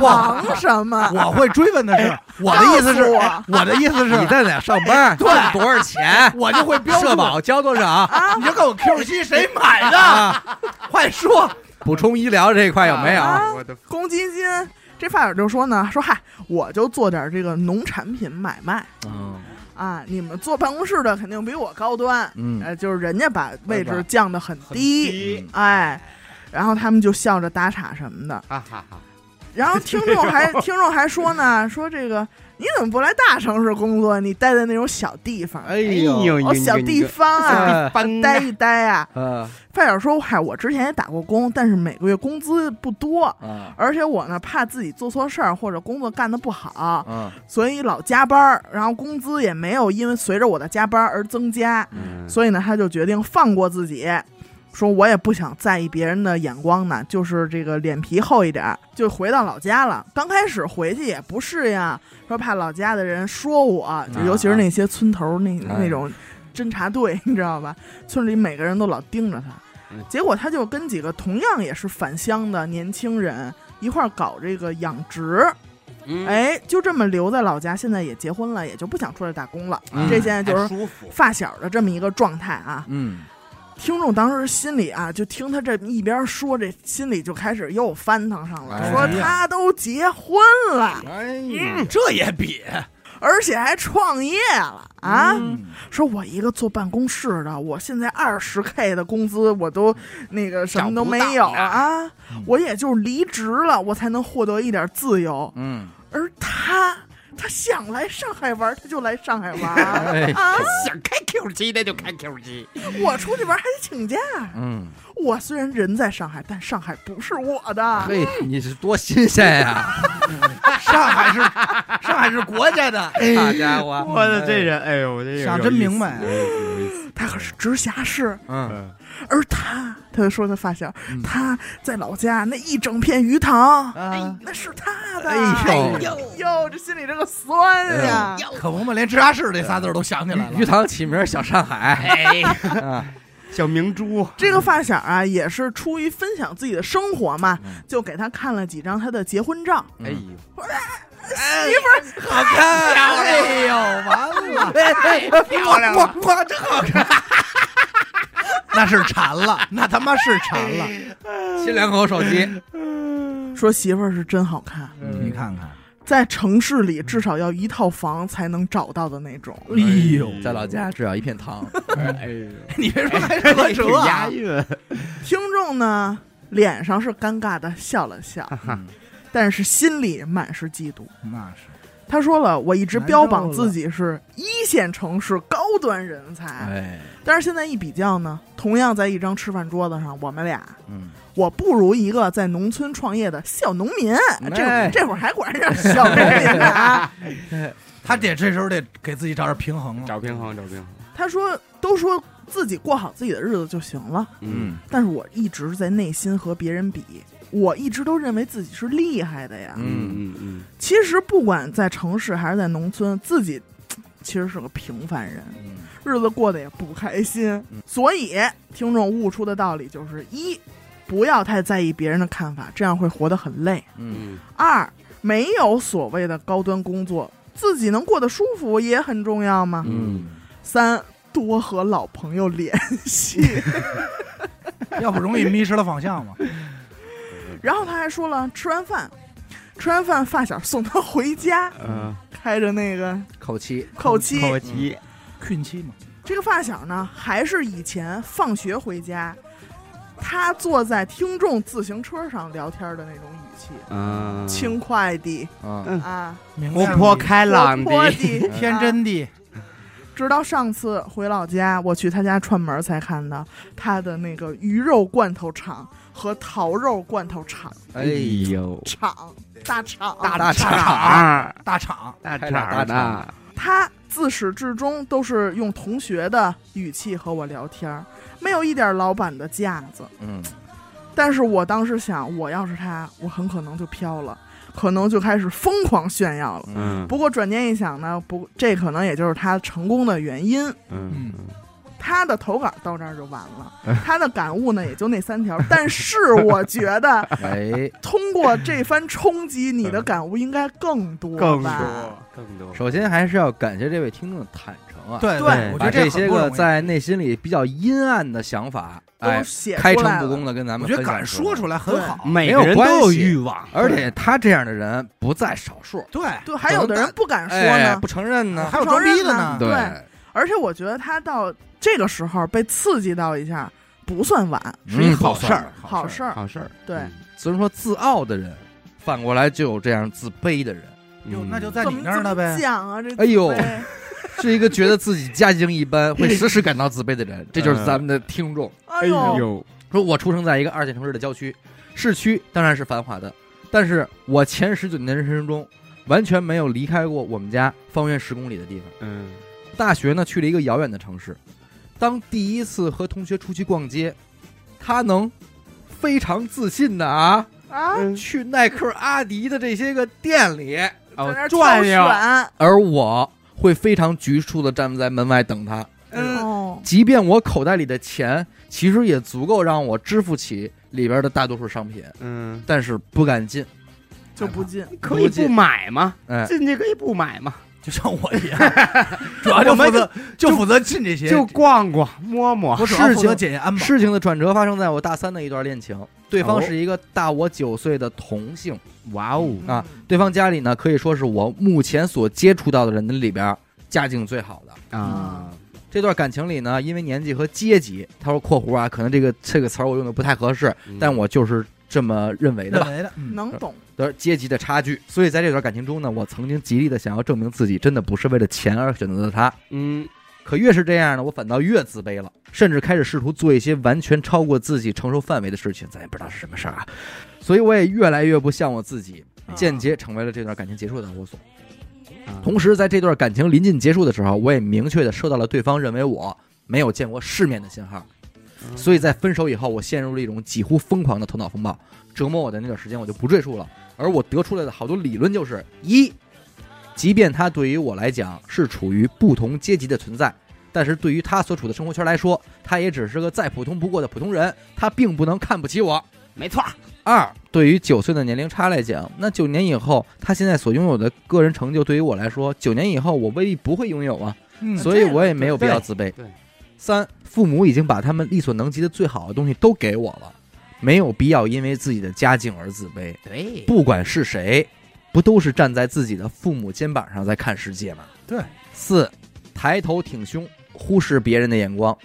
忙什么？我会追问的是， 我的意思是，告诉我哎 我的意思你是，在哪上班？赚多少钱？ 我就会 标社注，保交多少？你就告诉我 Q 七谁 买的，啊，快说，补充医疗这一块有没有？啊我的公积金？这发小就说呢，说嗨，我就做点这个农产品买卖嗯啊，你们坐办公室的肯定比我高端，嗯呃，就是人家把位置降得很低，低哎，然后他们就笑着打岔什么的。哈哈哈，然后听众 还听众还说呢，说这个你怎么不来大城市工作？你待在那种小地方，哎呦，哦，小地方啊，哎待一待啊。呃发小说，嗨，我之前也打过工，但是每个月工资不多。啊而且我呢，怕自己做错事儿或者工作干得不好，啊所以老加班儿，然后工资也没有因为随着我的加班儿而增加。嗯所以呢，他就决定放过自己，说我也不想在意别人的眼光呢，就是这个脸皮厚一点儿，就回到老家了。刚开始回去也不适应，说怕老家的人说我，就尤其是那些村头那、啊哎那种侦察队，你知道吧？村里每个人都老盯着他嗯。结果他就跟几个同样也是返乡的年轻人一块儿搞这个养殖，嗯，哎，就这么留在老家，现在也结婚了，也就不想出来打工了。嗯这现在就是还舒服，发小的这么一个状态啊。嗯听众当时心里啊，就听他这一边说，这心里就开始又翻腾上了，哎说他都结婚了，哎嗯这也比而且还创业了啊！嗯说我一个坐办公室的，我现在二十 K 的工资，我都那个什么都没有了啊！我也就离职了，我才能获得一点自由。嗯，而他，他想来上海玩，他就来上海 玩哎啊！想开 Q 七那就开 Q 七，我出去玩还得请假。嗯，我虽然人在上海，但上海不是我的。嘿，你是多新鲜呀！ 上海是上海是国家的，好家伙，我的这人，哎呦，我这想真明白他可是直辖市，嗯而他，他就说他发小，他在老家那一整片鱼塘，啊，那是他的。哎呦嗯哎哟，这心里这个酸呀！可不嘛，连直辖市这仨字儿都想起来了鱼。塘起名儿小上海，哎，啊，小明珠，这个发小啊，也是出于分享自己的生活嘛嗯，就给他看了几张他的结婚照。哎呦，媳妇儿好看， 哎呦，完了，漂亮了，哇，真好看， 那是馋了，那他妈是馋了，亲两口手机，说媳妇儿是真好看，你看看，在城市里至少要一套房才能找到的那种。哎呦，在老家只要一片糖，哎呦，你别说还是个挺辙啊押，韵，听众呢，脸上是尴尬的笑了笑，嗯但是心里满是嫉妒。那是，他说了，我一直难标受榜了自己是一线城市高端人才，哎，但是现在一比较呢，同样在一张吃饭桌子上，我们俩嗯，我不如一个在农村创业的小农民。这会哎儿这会儿还管人叫小农民呢啊！他得这时候得给自己找点平衡啊了，找平衡，找平衡，他说都说自己过好自己的日子就行了，嗯，但是我一直在内心和别人比，我一直都认为自己是厉害的呀。嗯嗯嗯，其实不管在城市还是在农村，自己嘖其实是个平凡人，嗯日子过得也不开心嗯。所以听众悟出的道理就是：一，不要太在意别人的看法，这样会活得很累；嗯，嗯二，没有所谓的高端工作，自己能过得舒服也很重要嘛。嗯，三，多和老朋友联系。要不容易迷失了方向嘛。 然后他还说了，吃完饭，吃完饭发小送他回家，嗯，开着那个口气，扣七。扣题，孕期嘛，这个发小呢，还是以前放学回家，他坐在听众自行车上聊天的那种语气，嗯，轻快的啊，嗯啊，活泼开开朗活泼的，的，天真的，直到上次回老家，我去他家串门才看到他的那个鱼肉罐头厂和桃肉罐头厂哎哎呦，呦，厂大厂大厂，啊，大厂大开朗大肠的肠，他自始至终都是用同学的语气和我聊天儿，没有一点老板的架子。嗯，但是我当时想，我要是他，我很可能就飘了，可能就开始疯狂炫耀了。嗯不过转念一想呢，不，这可能也就是他成功的原因。嗯他的投稿到这儿就完了，他的感悟呢也就那三条。但是我觉得，哎，通过这番冲击，你的感悟应该更多更吧？多更多，首先还是要感谢这位听众的坦诚啊，对对我觉把得这这些很不个容易，在内心里比较阴暗的想法，哎都，写开出诚来布了。公的跟咱我们觉得分享敢说出来很好。每没个有人关系都有欲望，而且他这样的人不在少数，对，对，还有的人不敢说呢，哎，不承认呢，还有承装逼认的呢呢，对，而且我觉得他到这个时候被刺激到一下不算晚，是一嗯好不事算儿，好事儿。好事儿，对嗯，所以说自傲的人，反过来就有这样自卑的人，哟，嗯那就在怎你么那儿怎呢么呗。讲啊，这哎呦自卑是一个觉得自己家境一般，会时时感到自卑的 人，这就是咱们的听众。哎呦，嗯呦，说我出生在一个二线城市的郊区，市区当然是繁华的，但是我前十九年人生中完全没有离开过我们家方圆十公里的地方。嗯大学呢去了一个遥远的城市，当第一次和同学出去逛街，他能非常自信的啊，啊，嗯去耐克、阿迪的这些个店里，在那哦儿挑选，而我会非常局促的站在门外等他。嗯哦，即便我口袋里的钱其实也足够让我支付起里边的大多数商品，嗯，但是不敢进。就不进。嗯可以不买吗？哎，进去可以不买吗？就像我一 样，主要就负责就负责进这些，就逛逛摸摸，我主要事负情责检验安保。事情的转折发生在我大三的一段恋情，对方哦是一个大我九岁的同性哇哦，嗯啊，对方家里呢可以说是我目前所接触到的人里边家境最好的。啊，这段感情里呢，因为年纪和阶级，他说（括弧啊），可能这个这个词儿我用的不太合适，嗯但我就是这么认为的吧认。为的，嗯能懂，的阶级的差距。所以在这段感情中呢，我曾经极力的想要证明自己真的不是为了钱而选择的他。嗯可越是这样呢，我反倒越自卑了，甚至开始试图做一些完全超过自己承受范围的事情，咱也不知道是什么事儿啊。所以我也越来越不像我自己，间接成为了这段感情结束的导火索。啊同时，在这段感情临近结束的时候，我也明确的收到了对方认为我没有见过世面的信号。嗯所以在分手以后，我陷入了一种几乎疯狂的头脑风暴，折磨我的那段时间我就不赘述了。而我得出来的好多理论就是：一，即便他对于我来讲是处于不同阶级的存在，但是对于他所处的生活圈来说，他也只是个再普通不过的普通人，他并不能看不起我。没错儿，二，对于九岁的年龄差来讲，那九年以后他现在所拥有的个人成就，对于我来说，九年以后我未必不会拥有啊，嗯所以我也没有必要自卑对对。三，父母已经把他们力所能及的最好的东西都给我了，没有必要因为自己的家境而自卑。对，不管是谁，不都是站在自己的父母肩膀上在看世界吗？对。四，抬头挺胸，忽视别人的眼光，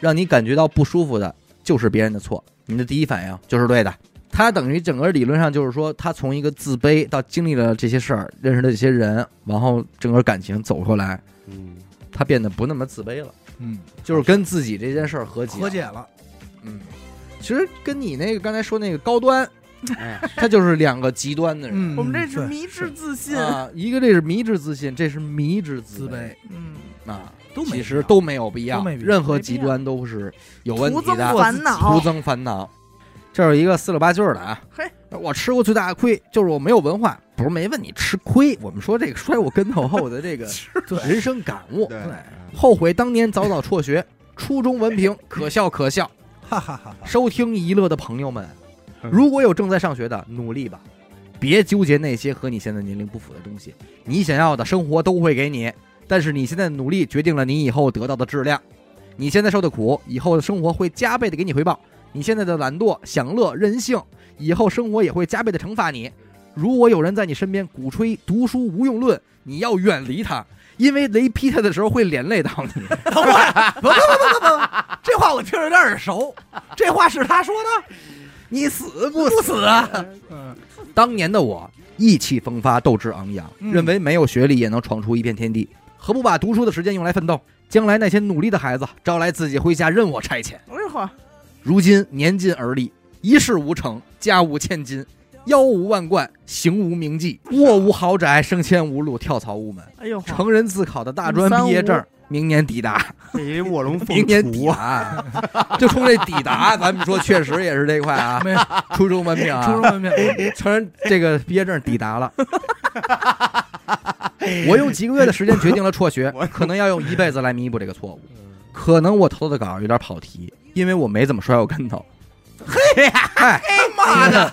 让你感觉到不舒服的就是别人的错，你的第一反应就是对的。他等于整个理论上就是说，他从一个自卑到经历了这些事儿，认识了这些人，然后整个感情走过来，嗯，他变得不那么自卑了，嗯，就是跟自己这件事儿和解。和，解了，嗯，其实跟你那个刚才说那个高 端，哎，他就是两个极端的人。嗯，我们这是对迷之自信，啊，一个这是迷之自信，这是迷之嗯自卑卑，嗯，啊，都没其必实要都没有必要都，没必要任何极端都是有问徒题增的，烦徒恼，增烦恼。这是一个四六八句儿的啊，嘿，我吃过最大的亏就是我没有文化，不是没问你吃亏，我们说这个摔我跟头后的 这个对人生感悟，对，后悔当年早早辍学，初中文凭可笑可笑。哈哈哈哈，收听娱乐的朋友们，嗯如果有正在上学的，努力吧，别纠结那些和你现在年龄不符的东西。你想要的生活都会给你，但是你现在的努力决定了你以后得到的质量。你现在受的苦，以后的生活会加倍的给你回报；你现在的懒惰、享乐、任性，以后生活也会加倍的惩罚你。如果有人在你身边鼓吹“读书无用论”，你要远离他，因为雷劈他的时候会连累到你。等会儿， 不不不不不不，这话我听着有点耳熟， 这话是他说的，你死不不死啊，嗯，当年的我意气风发、斗志昂扬，嗯认为没有学历也能闯出一片天地，何不把读书的时间用来奋斗？将来那些努力的孩子招来自己麾下，任我差遣。哎呦呵，如今年近而立，一事无成，家无千金，腰无万贯，行无名迹，卧无豪宅，升迁无路，跳槽无门。哎呦呵，成人自考的大专毕业证，明年抵达，这也卧龙凤明年抵雏啊，达， 就冲这抵达，咱们说确实也是这块啊，没有初中文凭啊，出入门面， 成人这个毕业证抵达了。我用几个月的时间决定了辍学，可能要用一辈子来弥补这个错误。可能我投的稿有点跑题，因为我没怎么摔过跟头。哎嘿，妈的，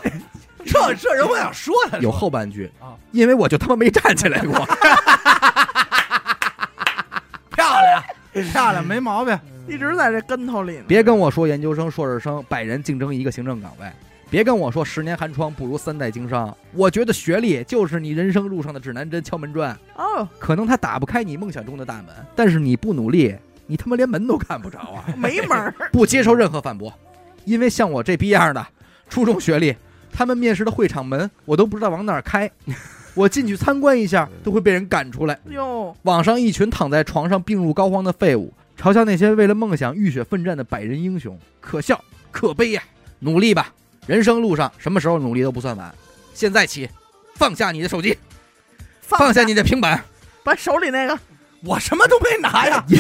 这这人我想说他，有后半句啊，因为我就他妈没站起来过。漂亮漂亮，没毛病，嗯一直在这跟头里呢。别跟我说研究生、硕士生百人竞争一个行政岗位，别跟我说十年寒窗不如三代经商。我觉得学历就是你人生路上的指南针、敲门砖。哦，可能他打不开你梦想中的大门，但是你不努力，你他妈连门都看不着 啊！没门儿，不接受任何反驳，因为像我这逼样的初中学历，他们面试的会场门我都不知道往哪儿开，我进去参观一下都会被人赶出来。哟，网上一群躺在床上病入膏肓的废物，嘲笑那些为了梦想浴血奋战的百人英雄，可笑可悲呀、努力吧，人生路上什么时候努力都不算晚。现在起，放下你的手机，放放下你的平 板，把手里那个我什么都没拿呀，隐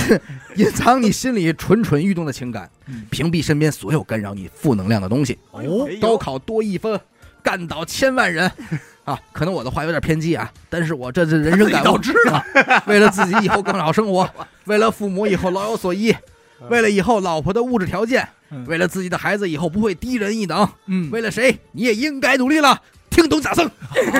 隐藏你心里蠢蠢欲动的情感嗯，屏蔽身边所有干扰你负能量的东西。哦，哎高考多一分，干倒千万 人。啊，可能我的话有点偏激啊，但是我这是人生感悟，自己道。 为了自己以后更好生 活，为了父母以后老有所依，为了以后老婆的物质条件，嗯为了自己的孩子以后不会低人一等，嗯，为了谁你也应该努力了。听懂 哎掌声，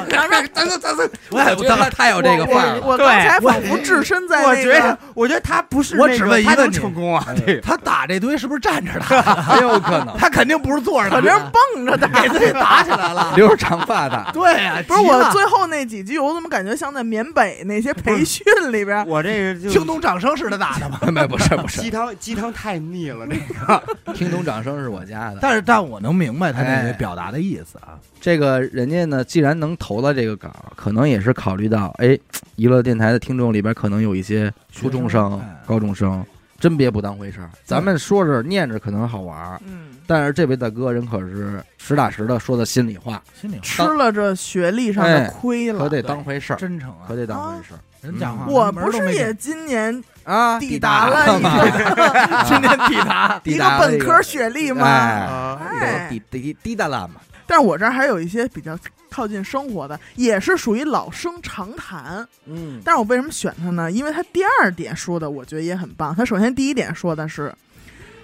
掌声，掌声，掌声！我也我觉得他太有这个范儿了。我我对刚才仿佛置身在我那觉个得，我觉得他不是我那只个问一他个能你成功啊，这个他打这堆是不是站着的？很有可 能，他肯定不是坐着可的，这啊儿 蹦着的。给自己打起来了。留着长发的， 对呀、 不是急我了最后那几句，我怎么感觉像在缅北那些培训里边儿？我这个就听懂掌声似的打的吗？没不是不是鸡，汤鸡汤太腻了，这个 听懂掌声是我家的。 但是，但我能明白他那哎个表达的意思啊。这个人家呢，既然能投到这个稿，可能也是考虑到，哎，娱乐电台的听众里边可能有一些初中生哎、高中生，真别不当回事儿。咱们说着念着可能好玩儿，嗯，但是这位大哥人可是实打实的说的心里话，心里吃了这学历上的亏哎可了。得当回事儿，真诚啊可，得当回事儿。人讲话我啊门儿不都没是也给今年啊，抵达了一嘛个 啊，今天抵达抵 一达个了本科学历吗？哎啊哎抵抵抵达了嘛？但是我这儿还有一些比较靠近生活的，也是属于老生常谈。嗯，但是我为什么选它呢？因为它第二点说的，我觉得也很棒。它首先第一点说的是，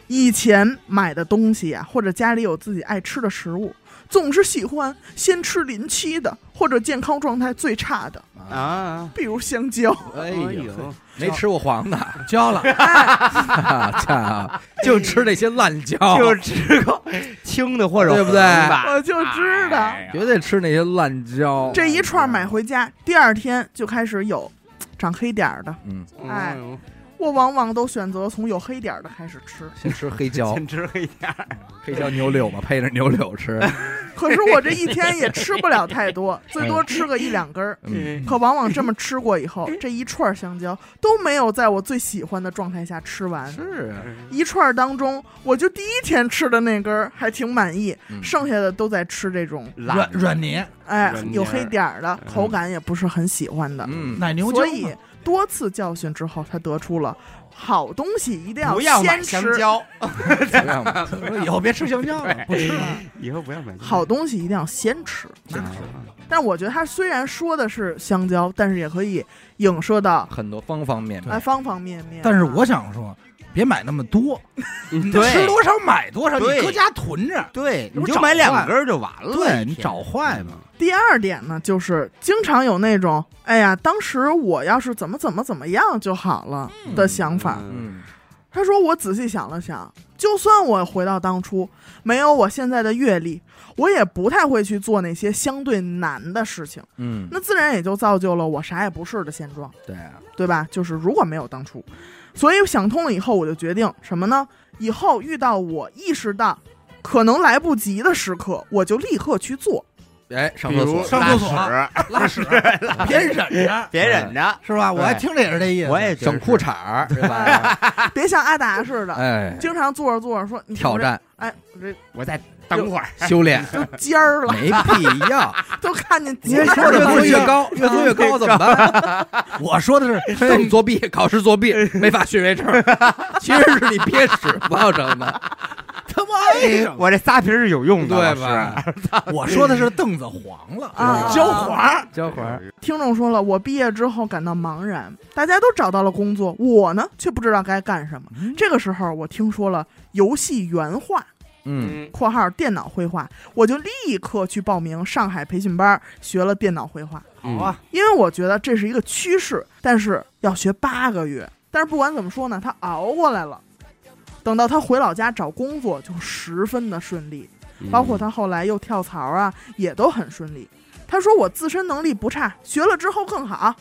以前买的东西啊，或者家里有自己爱吃的食物，总是喜欢先吃临期的，或者健康状态最差的，啊，啊，比如香蕉。哎呦呦，没吃过黄的，交 了，操，就吃那些烂椒，就吃过轻的或者对不对红的我就知道，哎呀绝对吃那些烂椒。这一串买回家，第二天就开始有长黑点儿的。嗯，哎嗯我往往都选择从有黑点儿的开始吃，先吃黑 椒，先吃黑点儿，黑椒牛柳嘛，配着牛柳吃。可是我这一天也吃不了太多，最多吃个一两根儿。嗯，可往往这么吃过以后，这一串香蕉都没有在我最喜欢的状态下吃完。是啊，一串当中，我就第一天吃的那根儿还挺满意，嗯剩下的都在吃这种软软泥哎软泥儿有黑点儿的，嗯口感也不是很喜欢的。嗯，奶牛所浆以嘛，多次教训之后，他得出了好东西一定不要买先香吃，蕉，这样吧所以以后别吃香蕉了，不吃了。以后不要买香蕉嗯好东西一定要先吃。啊嗯但我觉得他虽然说的是香蕉，但是也可以影射到很多方方面面。对哎方方面面啊。但是我想说，别买那么多，嗯吃对多少买多少，你对搁家囤着，对，这你不就找买两换根儿就完了，对一你天找坏嘛。嗯第二点呢，就是经常有那种，哎呀，当时我要是怎么怎么怎么样就好了的想法。嗯嗯，他说，我仔细想了想，就算我回到当初，没有我现在的阅历，我也不太会去做那些相对难的事情，嗯，那自然也就造就了我啥也不是的现状，对啊，对吧？就是如果没有当初，所以想通了以后，我就决定什么呢？以后遇到我意识到可能来不及的时刻，我就立刻去做。哎，上比厕如所，上拉厕所屎拉屎，别忍着，别忍着，是吧？我还 对听着也是这意思。我也觉得整裤是，衩儿，对吧？别像阿达似的，啊 哎，经常坐着坐着说你挑，战哎，我这我再等会儿，修炼都尖儿了，没必要，都看见你尖这儿说越做了。的越高，越做越高怎么办？我说的是嘿作弊，考试作弊，没法学位证，其实是你憋屎造成的，他妈哎爱上了，我这仨皮儿是有用的，对嗯老师？吧？ 我说的是凳子黄了啊，焦黄。交环，听众说了，我毕业之后感到茫然，大家都找到了工作，我呢却不知道该干什么。这个时候，我听说了游戏原画嗯，嗯（括号电脑绘画），我就立刻去报名上海培训班，学了电脑绘画。好啊，因为我觉得这是一个趋势，但是要学八个月。但是不管怎么说呢，他熬过来了。等到他回老家找工作就十分的顺利，嗯包括他后来又跳槽啊，也都很顺利。他说我自身能力不差，学了之后更好，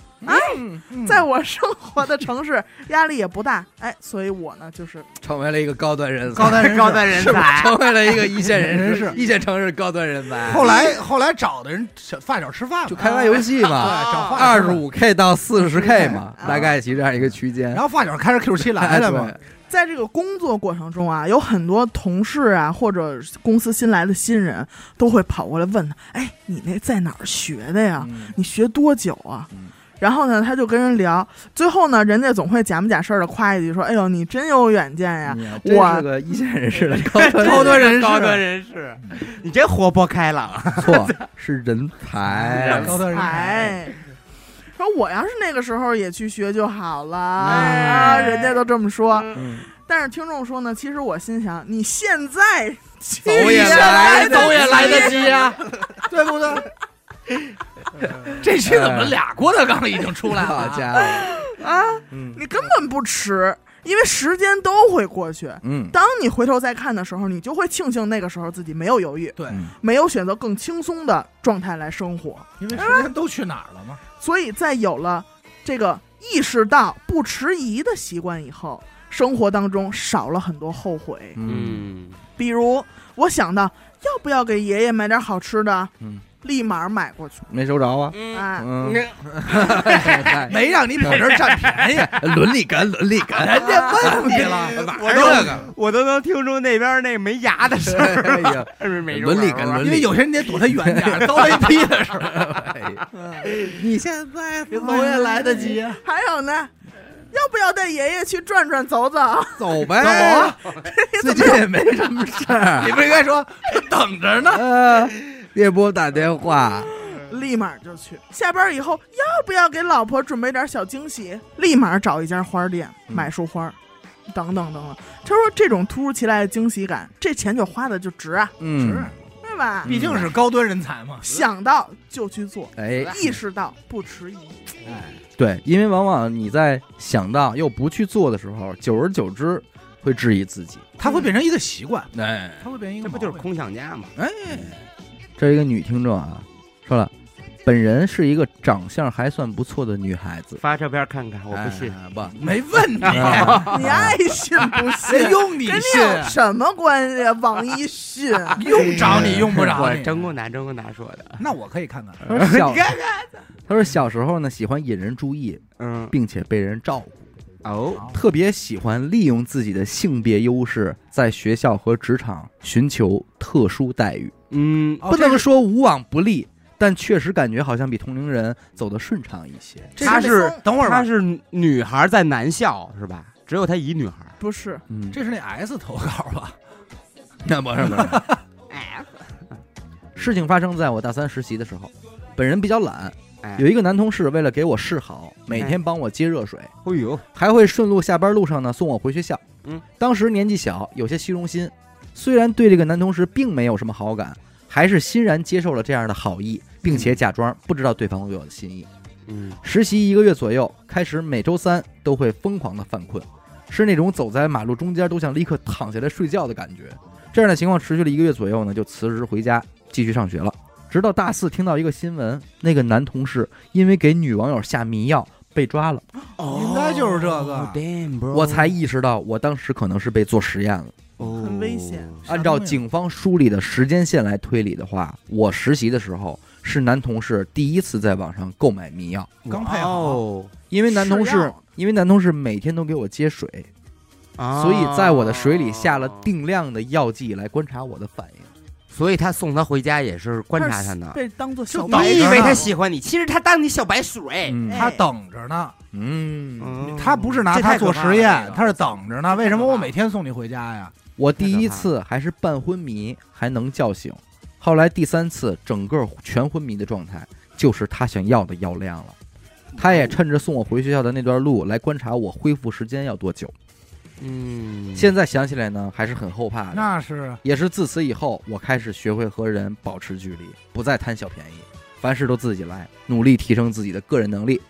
嗯在我生活的城市压力也不大，哎，所以我呢就是成为了一个高端人才，高端人士高端人是不是 才，成为了一个一线人人士一线城市高端人才？后来后来找的人小发小吃饭嘛， 啊就开发游戏嘛，对找发小二十五 K 到四十 K 嘛，啊大概其实这样一个区间 然。后发小开着 Q 七来了嘛哎，，在这个工作过程中啊，有很多同事啊或者公司新来的新人都会跑过来问他，哎，你那在哪儿学的呀对？嗯你学多久啊嗯？然后呢，他就跟人聊，最后呢，人家总会假模假式的夸一句说：“哎呦，你真有远见呀你啊真是个一线人士的高端高端人士高端人士，你这活泼开朗，错是人才人，高嗯端！”人才。哎，说我要是那个时候也去学就好了，哎啊，人家都这么说。嗯但是听众说呢，其实我心想，你现在去走也学来得及走也来得及及啊呀、对不对？这期怎么俩郭德纲已经出来好了？家伙，啊，嗯你根本不迟，因为时间都会过去。嗯当你回头再看的时候，你就会庆幸那个时候自己没有犹豫，对，嗯没有选择更轻松的状态来生活。因为时间都去哪儿了嘛？所以在有了这个意识到不迟疑的习惯以后，生活当中少了很多后悔。嗯比如，我想到要不要给爷爷买点好吃的，嗯立马买过去。没收着啊，嗯，哎，嗯， 没让你跑这儿占便宜，伦理感，伦理感，哎人家哎问你了，我都 我都能听出那边那没牙的声儿，哎呀， 是没伦理跟伦因为有些人得躲他远点儿，遭雷劈的时候， 哎你现在走也来得及。还有呢，要不要带爷爷去转转走走？走走呗， 啊！最近也没什么事儿 你。不应该说哎等着呢？ 呃，也不打电话，立马就去。下班以后要不要给老婆准备点小惊喜？立马找一家花店嗯买束花，等等等等。他说这种突如其来的惊喜感，这钱就花的就值啊，嗯，对吧？嗯毕竟是高端人才嘛。想到就去做，哎，嗯意识到不迟 疑。对，因为往往你在想到又不去做的时候，久而久之会质疑自己。他会变成一个习惯，哎，他会变成一这个不就是毛病空想家吗？这一个女听众啊，说了，本人是一个长相还算不错的女孩子，发照片看看，我不信。哎不，没问题，哎你爱信不谁哎信？用你跟信你有什么关系啊？王一迅， 用着你用不着我你，真够难，真够难说的。那我可以看看。他说 小，他说小时候呢喜欢引人注意，嗯，并且被人照顾，哦，特别喜欢利用自己的性别优势，在学校和职场寻求特殊待遇。嗯，哦不这能是说无往不利，但确实感觉好像比同龄人走得顺畅一些。这 他是是松等会儿吧她，是女孩在男校是吧？只有她一女孩。不是嗯，这是那 S 投稿吧？那不是不是。事情发生在我大三实习的时候，本人比较懒，哎，有一个男同事为了给我示好，每天帮我接热水，哎呦，还会顺路下班路上呢送我回学校。嗯，当时年纪小，有些虚荣心，虽然对这个男同事并没有什么好感，还是欣然接受了这样的好意，并且假装不知道对方对我的心意。嗯，实习一个月左右，开始每周三都会疯狂的犯困，是那种走在马路中间都想立刻躺下来睡觉的感觉。这样的情况持续了一个月左右呢，就辞职回家继续上学了。直到大四听到一个新闻，那个男同事因为给女网友下迷药被抓了， 应该就是这哦个 Damn, 哦 bro，我才意识到我当时可能是被做实验了。很很危险。按照警方梳理的时间线来推理的话，我实习的时候是男同事第一次在网上购买迷药，刚配好哦，因为男同是事药因为男同事每天都给我接水，啊所以在我的水里下了，定量的药剂来观察我的反应。所以他送她回家也是观察她呢。被当做小就等白啊你以着为呢他喜欢你，其实他当你小白水。嗯他等着呢，嗯，嗯他不是拿这他太可做怕了实验这，个他是等着呢。为什么这太可怕我了每天送你回家呀？我第一次还是半昏迷，还能叫醒，后来第三次整个全昏迷的状态，就是他想要的药量了。他也趁着送我回学校的那段路来观察我恢复时间要多久。嗯，现在想起来呢，还是很后怕的。那是也是自此以后，我开始学会和人保持距离，不再贪小便宜，凡事都自己来，努力提升自己的个人能力。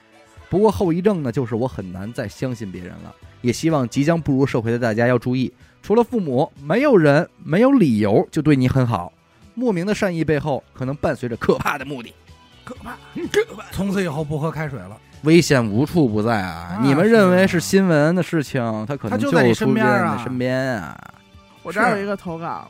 不过后遗症呢，就是我很难再相信别人了。也希望即将步入社会的大家要注意，除了父母，没有人没有理由就对你很好。莫名的善意背后，可能伴随着可怕的目的，可怕。从此以后不喝开水了，危险无处不在啊！那你们认为是是啊新闻的事情，它可它能就就在你出身现边在啊你身边啊。我这儿有一个投稿，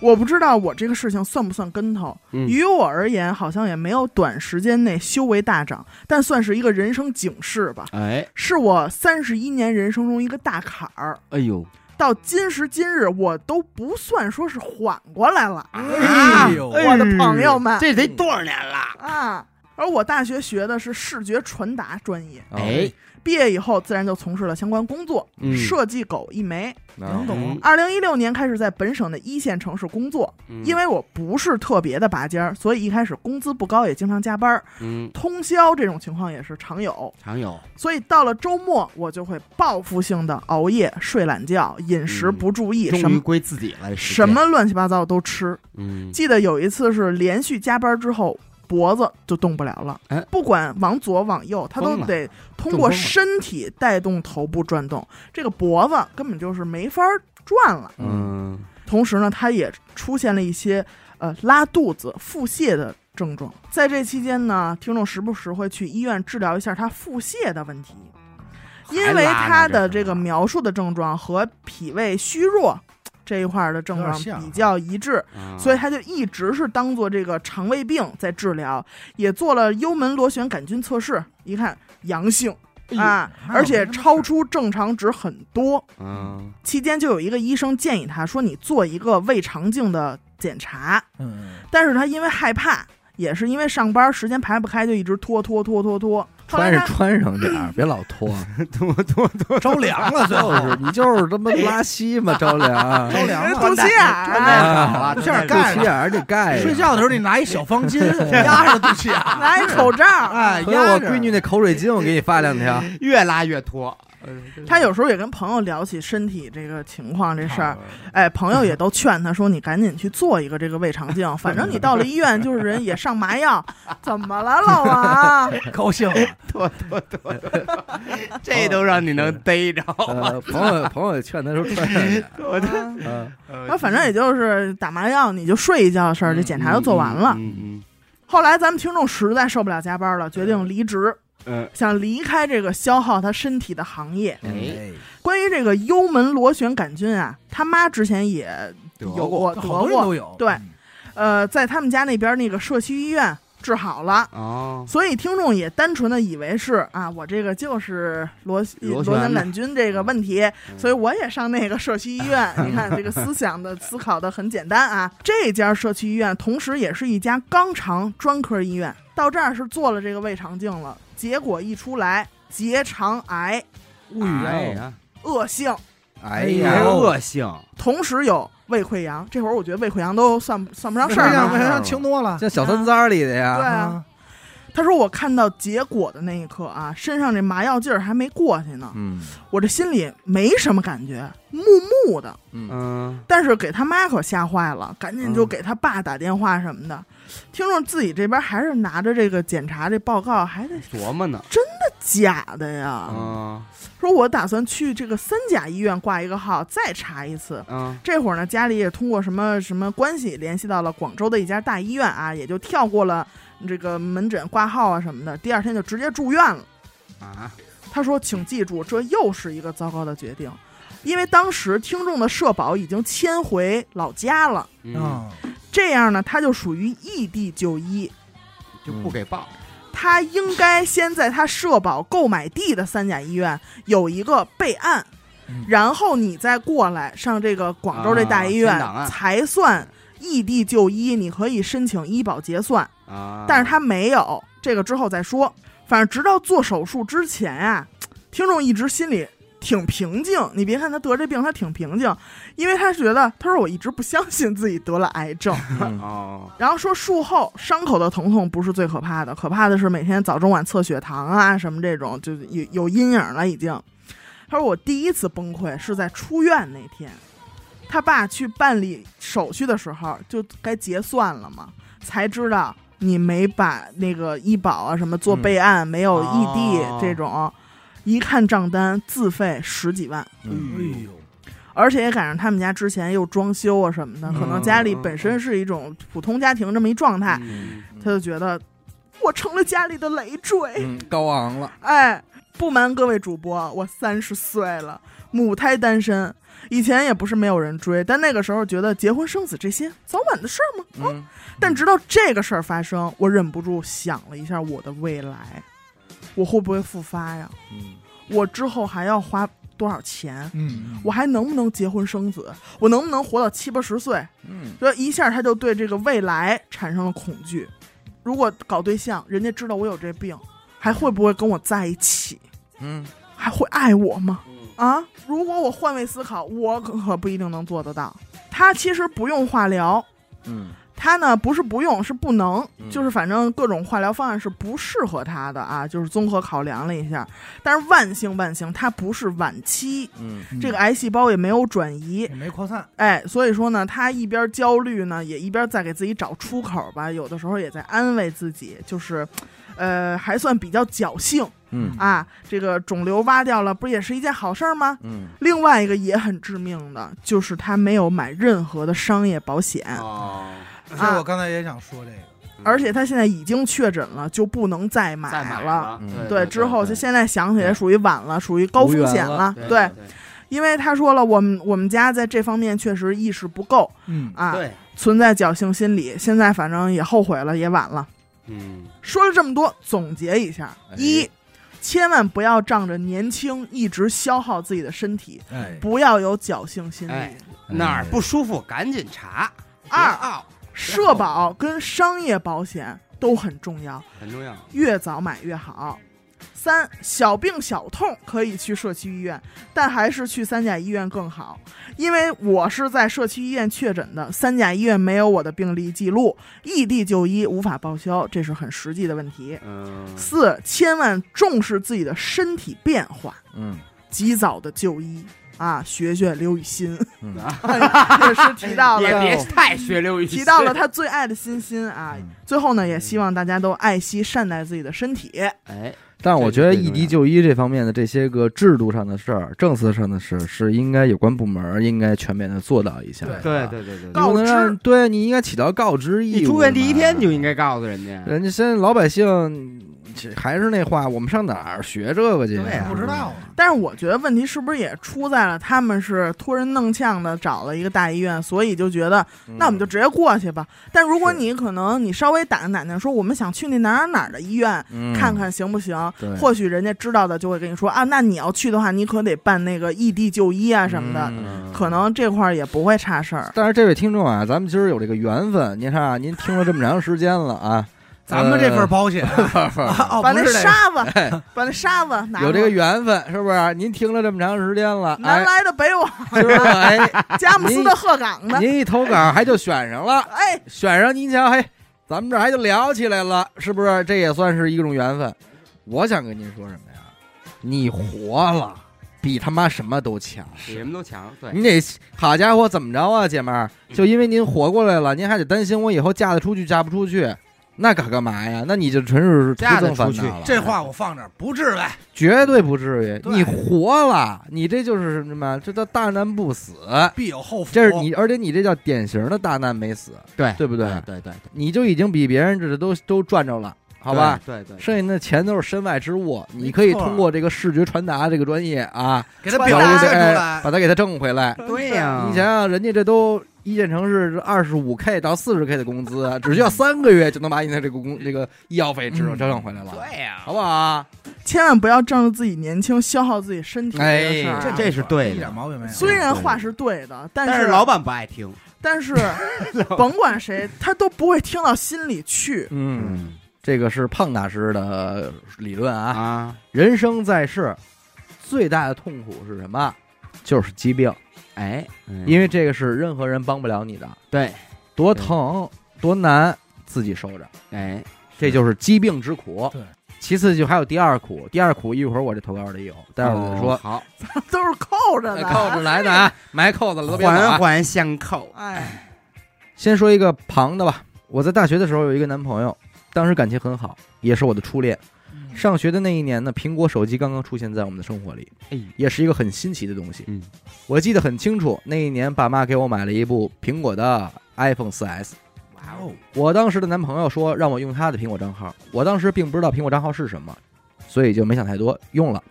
我不知道我这个事情算不算跟头。嗯于我而言，好像也没有短时间内修为大涨，但算是一个人生警示吧，哎是我三十一年人生中一个大坎儿。哎呦，到今时今日，我都不算说是缓过来了哎呦我的朋友们这得多少年了？啊！而我大学学的是视觉传达专业，哎，毕业以后自然就从事了相关工作，嗯设计狗一枚。能懂嗯二零一六年开始在本省的一线城市工作，嗯因为我不是特别的拔尖儿，所以一开始工资不高，也经常加班儿，嗯通宵这种情况也是常有。常有所以到了周末，我就会报复性的熬夜、睡懒觉、饮食不注意，什嗯终于么归自己了。时间什？么乱七八糟都吃。嗯，记得有一次是连续加班之后。脖子就动不了了哎，不管往左往右，它都疯了得通中过风了身体带动头部转动，这个脖子根本就是没法儿转了。嗯，同时呢，他也出现了一些呃拉肚子、腹泻的症状。在这期间呢，听众时不时会去医院治疗一下他腹泻的问题，因为他的这个描述的症状和脾胃虚弱这一块儿的症有状点像啊比较一致。嗯，所以他就一直是当做这个肠胃病在治疗，也做了幽门螺旋杆菌测试，一看阳性哎呦啊，那而没且什么事儿超出正常值很多。嗯，期间就有一个医生建议他说：“你做一个胃肠镜的检查。嗯”但是他因为害怕，也是因为上班时间排不开，就一直拖拖拖拖拖，后来穿他是穿上点儿，别老啊脱。多多多，着 凉了，最就后是你就是他妈拉稀嘛，着凉。着凉哎肚了。脐眼儿啊，啊，肚这脐肚脐眼儿盖着，眼儿得盖着。睡觉的时啊候你拿一小方巾压着肚脐眼儿，哎拿一口罩儿。 哎，回头我压着。闺女那口水巾，我给你发两条。越拉越脱。他有时候也跟朋友聊起身体这个情况这这事儿，，哎，朋友也都劝他说：“你赶紧去做一个这个胃肠 镜，反正你到了医院就是人也上麻药，怎么了，老 王？高兴了，这都让你能逮着。呃，朋友朋友劝她说穿上点儿。我的，嗯， 呃然啊后反正也就是打麻药，你就睡一觉的事儿，这检查就做完了。嗯后来咱们听众实在受不了加班了，决定离职，嗯想离开这个消耗他身体的行业。嗯，哎，关于这个幽门螺旋杆菌啊，他妈之前也有过得好多人过，都有，对嗯呃，在他们家那边那个社区医院治好了。哦，所以听众也单纯的以为是啊，我这个就是螺螺螺旋旋的杆菌这个问题，所以我也上那个社区医院。你看这个思想的思考的很简单啊。这家社区医院同时也是一家肛肠专科医院，到这儿是做了这个胃肠镜了，结果一出来，结肠癌嗯物语哎啊呀，恶性，哎还呀，恶性，同时有胃溃疡。这会儿我觉得胃溃疡都算算不上事这儿样了。啊非常轻多了。像小三灾里的对呀。啊，他说我看到结果的那一刻啊，身上这麻药劲儿还没过去呢。嗯我这心里没什么感觉，木木的。嗯，嗯，但是给他妈可吓坏了，赶紧就嗯给他爸打电话什么的。听众自己这边还是拿着这个检查这报告，还得琢磨呢，假的呀。嗯说我打算去这个三甲医院挂一个号，再查一次。嗯这会儿呢，家里也通过什么什么关系联系到了广州的一家大医院啊，也就跳过了这个门诊挂号啊什么的，第二天就直接住院了。啊，他说：“请记住，这又是一个糟糕的决定，因为当时听众的社保已经迁回老家了，嗯，嗯，这样呢，他就属于 E 异地就医。就不给报，他应该先在他社保购买地的三甲医院有一个备案嗯，然后你再过来上这个广州这大医院啊签档案才算 E 异地就医，你可以申请医保结算。啊，但是他没有，这个之后再说。反正直到做手术之前啊，听众一直心里挺平静。你别看他得这病，他挺平静，因为他觉得他说我一直不相信自己得了癌症，嗯哦，然后说术后伤口的疼痛不是最可怕的，可怕的是每天早中晚测血糖啊什么这种，就有有阴影了已经。他说我第一次崩溃是在出院那天，他爸去办理手续的时候就该结算了嘛，才知道你没把那个医保啊什么做备案，没有异地哦这种，一看账单自费十几万。嗯哎呦，而且也赶上他们家之前又装修啊什么的，可能家里嗯嗯本身是一种普通家庭这么一状态，嗯他就觉得我成了家里的累赘。嗯，高昂了。哎，不瞒各位主播，我三十岁了，母胎单身。以前也不是没有人追，但那个时候觉得结婚生子这些早晚的事儿嘛。嗯，但直到这个事儿发生，我忍不住想了一下我的未来，我会不会复发呀？嗯我之后还要花多少钱？嗯，我还能不能结婚生子？我能不能活到七八十岁？嗯所以一下他就对这个未来产生了恐惧。如果搞对象，人家知道我有这病，还会不会跟我在一起？嗯还会爱我吗？嗯啊！如果我换位思考，我可可不一定能做得到。他其实不用化疗，嗯他呢不是不用，是不能，嗯就是反正各种化疗方案是不适合他的啊，就是综合考量了一下。但是万幸万幸，他不是晚期，嗯嗯这个癌细胞也没有转移，也没扩散，哎，所以说呢，他一边焦虑呢，也一边在给自己找出口吧，有的时候也在安慰自己，就是，呃，还算比较侥幸嗯啊。这个肿瘤挖掉了，不也是一件好事儿吗？嗯，另外一个也很致命的，就是他没有买任何的商业保险，哦，嗯这我刚才也想说这个，而且他现在已经确诊了，就不能再买再买了。嗯对对，之后他现在想起来属于晚了，属于高无风缘险了了。对对，因为他说了，我们我们家在这方面确实意识不够嗯，啊。对，存在侥幸心理，现在反正也后悔了，也晚了。嗯，说了这么多，总结一下：哎一，千万不要仗着年轻一直消耗自己的身体，哎，不要有侥幸心理。哎哪儿不舒服赶紧查，二别傲社保跟商业保险都很重要，很重要，越早买越好。三小病小痛可以去社区医院，但还是去三甲医院更好，因为我是在社区医院确诊的，三甲医院没有我的病历记录，异地就医无法报销，这是很实际的问题。嗯，四，千万重视自己的身体变化，嗯及早的就医啊，学学刘雨欣，嗯 也是 提到也了。别太学溜一提到了，他最爱的欣欣啊嗯，最后呢，也希望大家都爱惜、善待自己的身体。哎，但我觉得这个异地就医这方面的这些个制度上的事儿、政策上的事儿，是应该有关部门儿应该全面的做到一下的。对对对对你对，告不能让知对你应该起到告知义务嘛。啊你住院第一天你就应该告诉人家，人家现在老百姓这还是那话，我们上哪儿学这个去我也呀？不知道啊。但是我觉得问题是不是也出在了他们是托人弄呛的找了一个大医院，所以就觉得嗯那我们就直接过去吧。但如果是你可能你稍微打听打听，说我们想去那哪儿哪儿的医院嗯看看行不行，对或许人家知道的就会跟你说啊，那你要去的话，你可得办那个异地就医啊什么的，嗯可能这块儿也不会差事儿。但是这位听众啊，咱们今儿有这个缘分，您看啊，您听了这么长时间了啊，咱们这份保险 啊，哦，把不那是这 个沙子，把那沙子拿哎有这个过来缘分是不是？您听了这么长时间了，南哎，来的北往，是吧？哎，佳木斯的鹤岗的，您一投稿还就选上了，哎，选上您瞧，嘿，咱们这还就聊起来了，是不是？这也算是一种缘分。我想跟您说什么呀？你活了，比他妈什么都强。比什么都强，对，你得好家伙，怎么着啊，姐们儿？就因为您活过来了，您还得担心我以后嫁得出去嫁不出去，那可干嘛呀？那你就纯是徒嫁得增烦出去恼了。这话我放这儿，不至呗。绝对不至于，对你活了，你这就是什么？这叫大难不死，必有后福。这是你，而且你这叫典型的大难没死，对对不对？对对对，你就已经比别人这都都赚着了，好吧？对对，对剩下的钱都是身外之物，你可以通过这个视觉传达这个专业啊，给他传表把达这现个出哎来，把它给它挣回来。对呀，你想想，人家这都一线城市二十五 K 到四十 K 的工资，只需要三个月就能把你的这个工这个医药费支嗯折腾回来了，对呀好，不好啊？千万不要仗着自己年轻消耗自己身体这个事儿哎啊、这这是对的一点毛病没有。虽然话是对的，但但是老板不爱听，但是甭管谁，他都不会听到心里去。 嗯，这个是胖大师的理论啊。啊，人生在世，最大的痛苦是什么？就是疾病，哎，嗯因为这个是任何人帮不了你的，对，多疼多难自己受着，哎，这就是疾病之苦。对，其次就还有第二苦，第二苦一会儿我这投稿里有，待会儿我哦就说。好，都是扣着哎的。扣着来的啊，埋扣子了都别走环啊。环相扣，哎，先说一个旁的吧，我在大学的时候有一个男朋友，当时感情很好，也是我的初恋。嗯上学的那一年呢，苹果手机刚刚出现在我们的生活里，哎，也是一个很新奇的东西。嗯，我记得很清楚，那一年爸妈给我买了一部苹果的 iPhone 4S。哇哦，我当时的男朋友说让我用他的苹果账号，我当时并不知道苹果账号是什么，所以就没想太多，用了。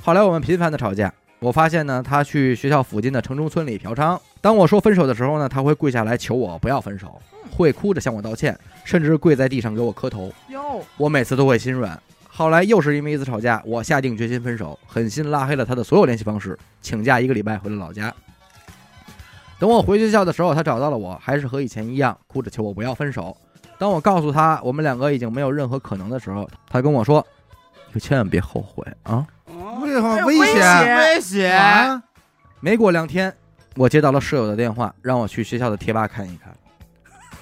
后来我们频繁的吵架，我发现呢，他去学校附近的城中村里嫖娼。当我说分手的时候呢，他会跪下来求我不要分手，会哭着向我道歉，甚至跪在地上给我磕头。哟，我每次都会心软。后来又是因为一次吵架，我下定决心分手，狠心拉黑了他的所有联系方式，请假一个礼拜回了老家。等我回学校的时候，他找到了我，还是和以前一样，哭着求我不要分手。当我告诉他我们两个已经没有任何可能的时候，他跟我说：“你可千万别后悔啊哦为什么哎危危险险危险，啊？！”没过两天，我接到了舍友的电话，让我去学校的贴吧看一看。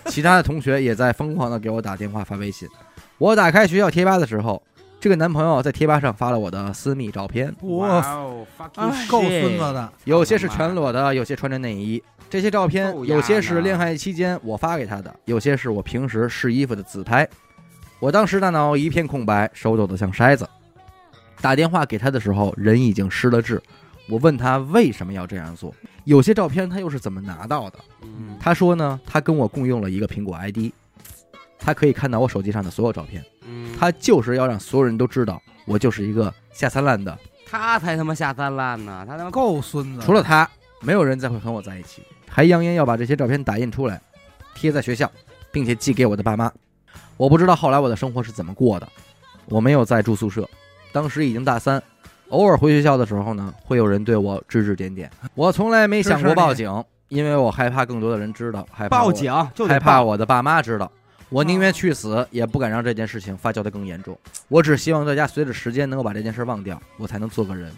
其他的同学也在疯狂的给我打电话发微信。我打开学校贴吧的时候，这个男朋友在贴吧上发了我的私密照片，我哦哎，fucking 够孙子 shit，的，有些是全裸的，有些穿着内衣。这些照片够，呀有些是恋爱期间我发给他的，有些是我平时试衣服的自拍。我当时大脑一片空白，手抖得像筛子。打电话给他的时候，人已经失了智。我问他为什么要这样做，有些照片他又是怎么拿到的？嗯，他说呢，他跟我共用了一个苹果 ID，他可以看到我手机上的所有照片。嗯他就是要让所有人都知道，我就是一个下三滥的，他才他妈下三滥呢，哎他他妈够孙子。除了他，没有人再会和我在一起。还扬言要把这些照片打印出来，贴在学校，并且寄给我的爸妈。我不知道后来我的生活是怎么过的。我没有再住宿舍，当时已经大三，偶尔回学校的时候呢，会有人对我指指点点。我从来没想过报警，因为我害怕更多的人知道，害怕我报警就害得嗯怕报，我的爸妈知道。我宁愿去死，也不敢让这件事情发酵的更严重。我只希望大家随着时间能够把这件事忘掉，我才能做个人。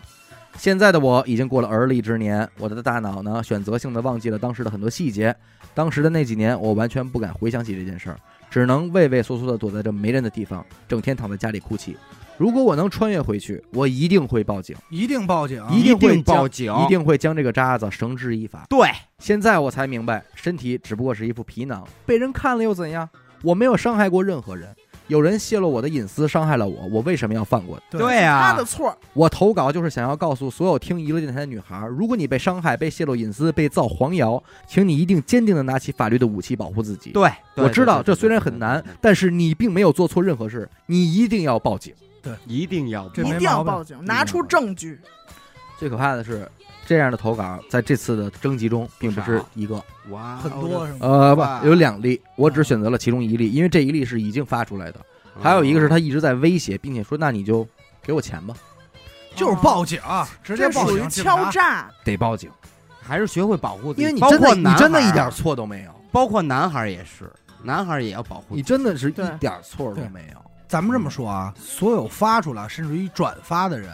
现在的我已经过了而立之年，我的大脑呢选择性的忘记了当时的很多细节，当时的那几年我完全不敢回想起这件事儿，只能畏畏缩缩的躲在这没人的地方，整天躺在家里哭泣。如果我能穿越回去，我一定会报警，一定报警，一定会定将报警，一定会将这个渣子绳之以法。对，现在我才明白，身体只不过是一副皮囊，被人看了又怎样？我没有伤害过任何人，有人泄露我的隐私，伤害了我，我为什么要放过？对他啊的，错儿，我投稿就是想要告诉所有听娱乐电台的女孩，如果你被伤害、被泄露隐私、被造黄谣，请你一定坚定地拿起法律的武器保护自己。对，我知道对这虽然很难，，但是你并没有做错任何事，你一定要报警。对对对对一定要这一没定要毛病报警，拿出证据。最可怕的是，这样的投稿在这次的征集中并不啊是一个，哇，很多是吗？呃，哇不，有两例，我只选择了其中一例，因为这一例是已经发出来的。还有一个是他一直在威胁，并且说那你就给我钱吧，就是报警，啊直接这报属警于。敲诈，诈，得报警，还是学会保护自己，因为你包真括的你男真的孩一儿点，错都没有，包括男孩儿也是，男孩儿也要保护你自己。真的是对一点错都没有。咱们这么说啊，所有发出来甚至于转发的人，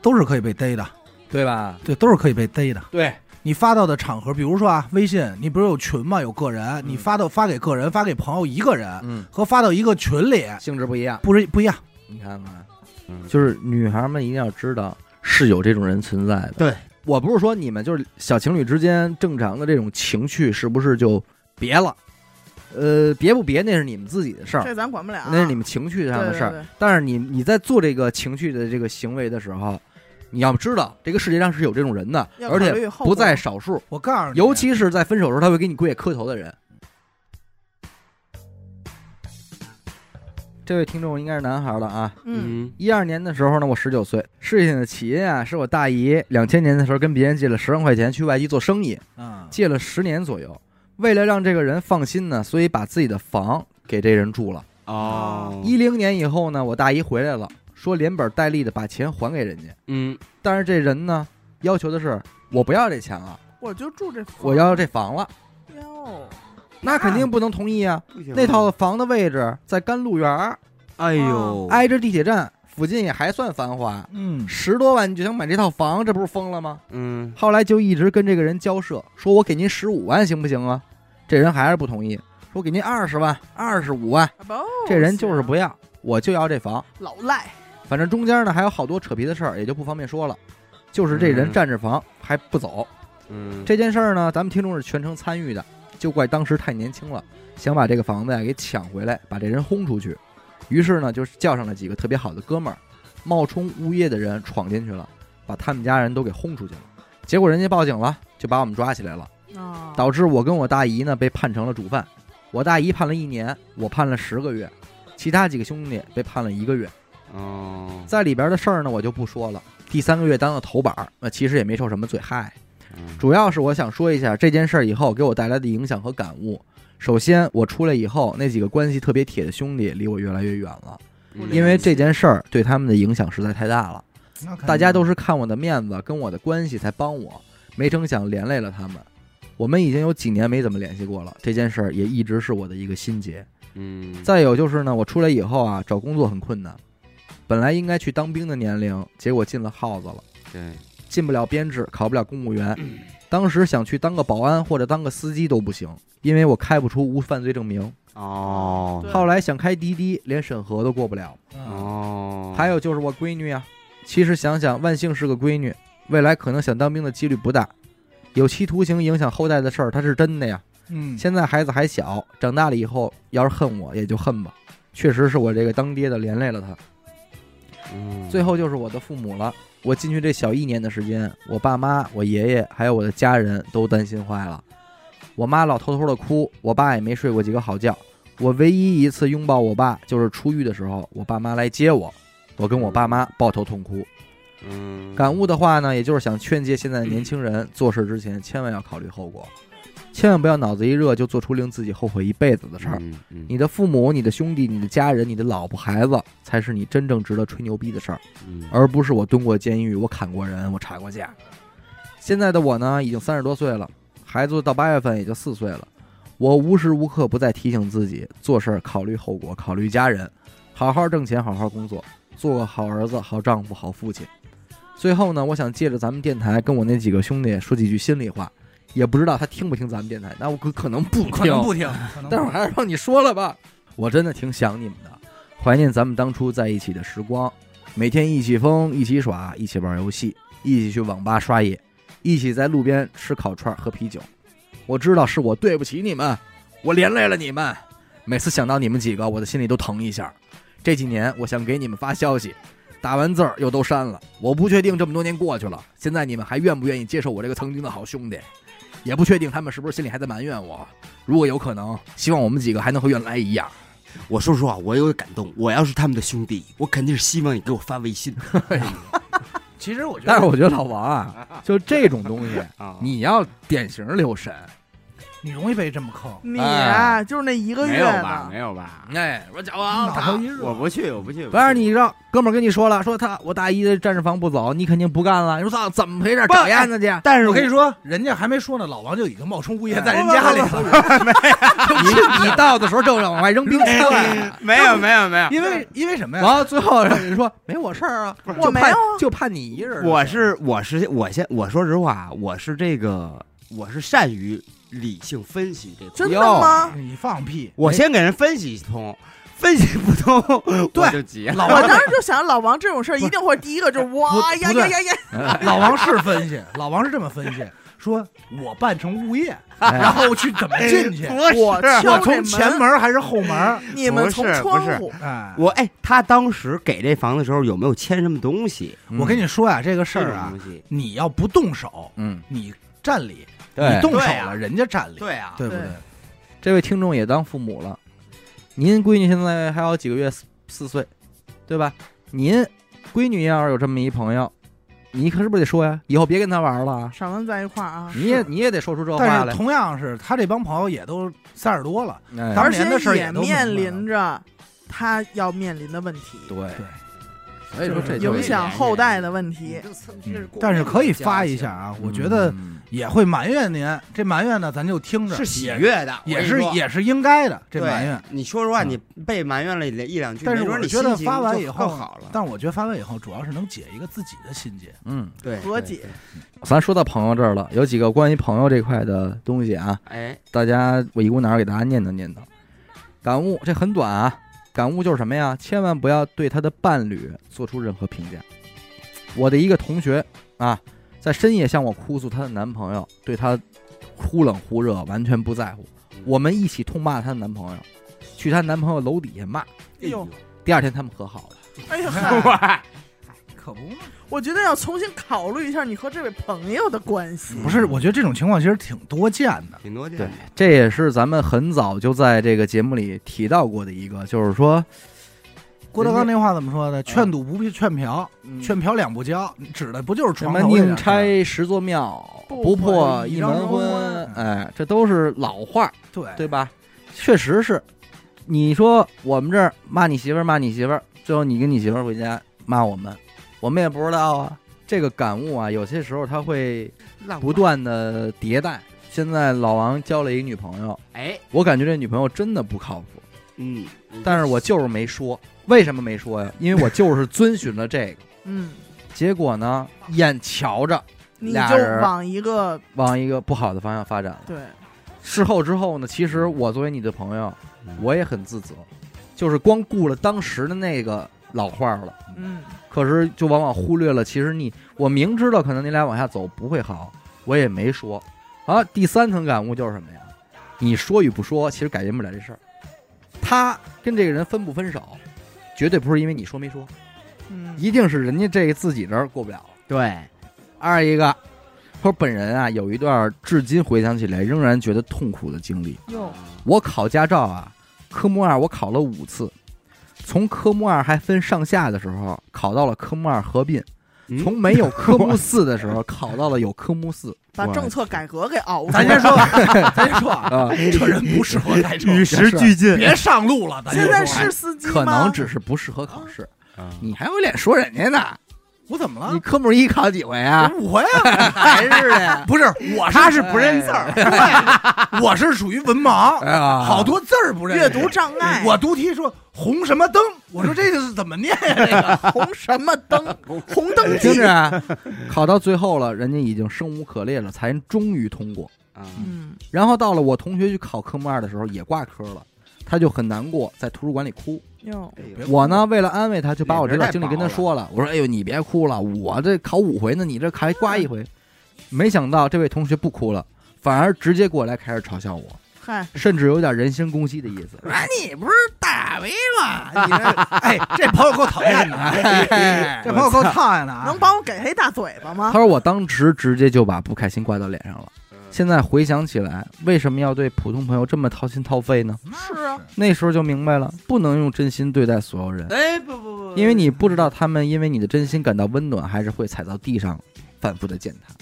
都是可以被逮的，对吧？对，都是可以被逮的。对，你发到的场合，比如说啊，微信，你不是有群吗？有个人，你发到发给个人，发给朋友一个人，嗯，和发到一个群里，性质不一样。不是不一样。你看看，嗯就是女孩们一定要知道是有这种人存在的。对，我不是说你们就是小情侣之间正常的这种情趣，是不是就别了？呃，别不别那是你们自己的事儿，这咱管不了。那是你们情趣对上对的对事儿。但是你你在做这个情绪的这个行为的时候，你要知道这个世界上是有这种人的，要而考虑且后不果在少数，我告诉你，尤其是在分手时候他会给你跪下磕头的人。这位听众应该是男孩了啊。嗯，一二年的时候呢，我十九岁。事情的起因啊，是我大姨两千年的时候跟别人借了十万块钱去外地做生意，啊，借了十年左右。为了让这个人放心呢，所以把自己的房给这人住了。哦，一零年以后呢，我大姨回来了，说连本带利的把钱还给人家，嗯，但是这人呢，要求的是我不要这钱了，我就住这房，我要这房了，哟，那肯定不能同意啊。那套，房的位置在甘露园儿，哎呦呦，挨着地铁站，附近也还算繁华，嗯，十多万你就想买这套房，这不是疯了吗？嗯，后来就一直跟这个人交涉，说我给您十五万行不行啊？这人还是不同意，说给您二十万、二十五万，啊不这人就是行不要，我就要这房。老赖，反正中间呢还有好多扯皮的事儿，也就不方便说了。就是这人嗯占着房还不走，嗯，这件事儿呢，咱们听众是全程参与的，就怪当时太年轻了，想把这个房子呀给抢回来，把这人轰出去。于是呢，就是叫上了几个特别好的哥们儿，冒充物业的人闯进去了，把他们家人都给轰出去了。结果人家报警了，就把我们抓起来了，啊，导致我跟我大姨呢被判成了主犯。我大姨判了一年，我判了十个月，其他几个兄弟被判了一个月。哦，在里边的事儿呢，我就不说了。第三个月当了头板儿，那其实也没受什么罪。嗨，嗯主要是我想说一下这件事儿以后给我带来的影响和感悟。首先，我出来以后，那几个关系特别铁的兄弟离我越来越远了，嗯因为这件事儿对他们的影响实在太大了。那肯定大家都是看我的面子跟我的关系才帮我，没成想连累了他们。我们已经有几年没怎么联系过了，这件事儿也一直是我的一个心结。嗯，再有就是呢，我出来以后啊，找工作很困难。本来应该去当兵的年龄，结果进了耗子了，对，进不了编制，考不了公务员。当时想去当个保安或者当个司机都不行，因为我开不出无犯罪证明。哦对，后来想开滴滴，连审核都过不了。啊哦，还有就是我闺女啊，其实想想，万幸是个闺女，未来可能想当兵的几率不大。有期徒刑影响后代的事儿，它是真的呀。嗯，现在孩子还小，长大了以后要是恨我也就恨吧。确实是我这个当爹的连累了他。嗯最后就是我的父母了。我进去这小一年的时间，我爸妈、我爷爷还有我的家人都担心坏了。我妈老偷偷的哭，我爸也没睡过几个好觉。我唯一一次拥抱我爸，就是出狱的时候，我爸妈来接我，我跟我爸妈抱头痛哭。嗯感悟的话呢，也就是想劝诫现在的年轻人，做事之前千万要考虑后果，千万不要脑子一热就做出令自己后悔一辈子的事儿。嗯嗯你的父母、你的兄弟、你的家人、你的老婆、孩子，才是你真正值得吹牛逼的事儿。嗯而不是我蹲过监狱，我砍过人，我查过架。现在的我呢，已经三十多岁了，孩子到八月份也就四岁了。我无时无刻不在提醒自己做事儿考虑后果，考虑家人，好好挣钱，好好工作，做个好儿子、好丈夫、好父亲。最后呢，我想借着咱们电台跟我那几个兄弟说几句心里话，也不知道他听不听咱们电台，那我可可能不听，可能不听，可能不但是我还是让你说了吧，我真的挺想你们的，怀念咱们当初在一起的时光，每天一起疯，一起耍，一起玩游戏，一起去网吧刷野，一起在路边吃烤串喝啤酒。我知道是我对不起你们，我连累了你们。每次想到你们几个，我的心里都疼一下。这几年我想给你们发消息，打完字儿又都删了。我不确定这么多年过去了，现在你们还愿不愿意接受我这个曾经的好兄弟，也不确定他们是不是心里还在埋怨我。如果有可能，希望我们几个还能和原来一样。我说实话，我有点感动。我要是他们的兄弟，我肯定是希望你给我发微信其实我觉 得，但是我觉得老王啊，就这种东西， 啊。你要典型留神。你容易被这么坑。你啊，就是那一个没月有吧？的没，有吧？哎，我小哪头王，一日我不去，我不去。不是你让哥们儿跟你说了，说他我大一的战士房不走，你肯定不干了。你说操，怎么回事？不找燕子去。但是我跟你说，说，人家还没说呢，老王就已经冒充物哎业在人家里了。你你到的时候就往外扔冰箱了。没有没有没有，因为因为什么然呀？后最后人说没我事儿啊，我就没怕有啊就怕你一人。我是我是我先我说实话，啊我是这个我是善于理性分析这块，真的哟吗？你放屁！哎我先给人分析一通，分析不通对我就急了。老我 王当时就想，老王这种事儿一定会第一个就是哇呀不对呀呀呀！老王是分析，老王是这么分析，说我扮成物业，哎然后去怎么进去？我是敲我这哎从前门，门还是后门？你们从不是窗不是户，哎，我哎，他当时给这房的时候有没有签什么东西？我跟你说呀，这个事这儿种啊东，西，你要不动手，嗯，你占理；对你动手对啊了，人家占理，对啊，对不对？这位听众也当父母了，您闺女现在还有几个月四四岁，对吧？您闺女要是有这么一朋友，你可是不是得说呀？以后别跟她玩了啊！少跟在一块儿啊。你也你也得说出这话但是来。同样是他这帮朋友也都三十多了，哎当而年且的事儿也也都面明白了临着他要面临的问题，对对，所以说这影响后代的问题。嗯但是可以发一下啊，我觉得也会埋怨您。这埋怨呢，咱就听着，是喜也，悦的，也我是跟你说也是应该的。这对埋怨，你说实话，嗯你被埋怨了一一两句，但是没准我你觉得心情发完就以后更好了，但我觉得发完以后，主要是能解一个自己的心结。嗯，对和对解对咱说到朋友这儿了，有几个关于朋友这块的东西啊，哎，大家我一股脑儿给大家念叨念叨。感悟这很短啊，感悟就是什么呀？千万不要对他的伴侣做出任何评价。我的一个同学啊，在深夜向我哭诉她的男朋友对她忽冷忽热，完全不在乎。我们一起痛骂她的男朋友，去她男朋友楼底下骂。哎呦，第二天他们和好了。哎呀，嗨哇，可不嘛，我觉得要重新考虑一下你和这位朋友的关系。 不是，我觉得这种情况其实挺多见的。挺多见对的，，这也是咱们很早就在这个节目里提到过的一个，就是说，郭德纲那话怎么说的？劝赌不必劝嫖，嗯劝嫖两不交，指的不就是嗯什床么头这点宁儿事儿拆十座庙，不不破破一一张门龙婚门。哎哎，这都是老话，对对吧？确实是。你说我们这儿骂你媳妇儿，骂你媳妇儿，最后你跟你媳妇儿回家骂我们，我们也不知道啊。这个感悟啊，有些时候它会浪不断的迭代。现在老王交了一个女朋友，哎，我感觉这女朋友真的不靠谱。嗯，但是我就是没说，为什么没说呀？因为我就是遵循了这个，嗯，结果呢，眼瞧着你俩就人往一个往一个不好的方向发展了。对，事后之后呢，其实我作为你的朋友，我也很自责，就是光顾了当时的那个老话了，嗯，可是就往往忽略了，其实你我明知道可能你俩往下走不会好，我也没说。啊，第三层感悟就是什么呀？你说与不说，其实改变不了这事儿。他跟这个人分不分手，绝对不是因为你说没说，嗯，一定是人家这个自己这儿过不了了。对，二一个，说本人啊有一段至今回想起来仍然觉得痛苦的经历。哟，我考驾照啊，科目二我考了五次，从科目二还分上下的时候，考到了科目二合并；嗯从没有科目四的时候，考到了有科目四。把政策改革给熬出咱先来。说，咱先说啊，啊，这人不适合开车，时俱进别上路了。咱就现在说是司机吗？啊可嗯能只是不适合考试，你还有脸说人家呢？我怎么你了？科目一考几回 啊？我五回啊，？还是的呀不是，我他是是哎不认字儿，对，我是属于文盲， 哎呀，好多字儿不认识阅读障碍，我读题说红什么灯，我说这个是怎么念呀？这 个红什么 灯？红灯 听记。着啊，考到最后了，人家已经生无可恋了，才终于通过。啊，嗯，然后到了我同学去考科目二的时候，也挂科了，他就很难过，在图书馆里哭。哟，哎呦别我呢，为了安慰他，就把我这脸段皮经历太薄跟他说了。我说：“哎呦，你别哭了，我这考五回呢，你这还挂一回。”没想到这位同学不哭了，反而直接过来开始嘲笑我，嗨，甚至有点人身攻击的意思。哎，你不是大为吗？你这哎，这朋友够讨厌的啊，这朋友够讨厌的啊能！帮我给他一大嘴巴他吗？说：“我当时直接就把不开心挂到脸上了。现在回想起来，为什么要对普通朋友这么掏心掏肺呢？是啊，那时候就明白了，不能用真心对待所有人。哎不不不，因为你不知道他们因为你的真心感到温暖，还是会踩到地上，反复的践踏。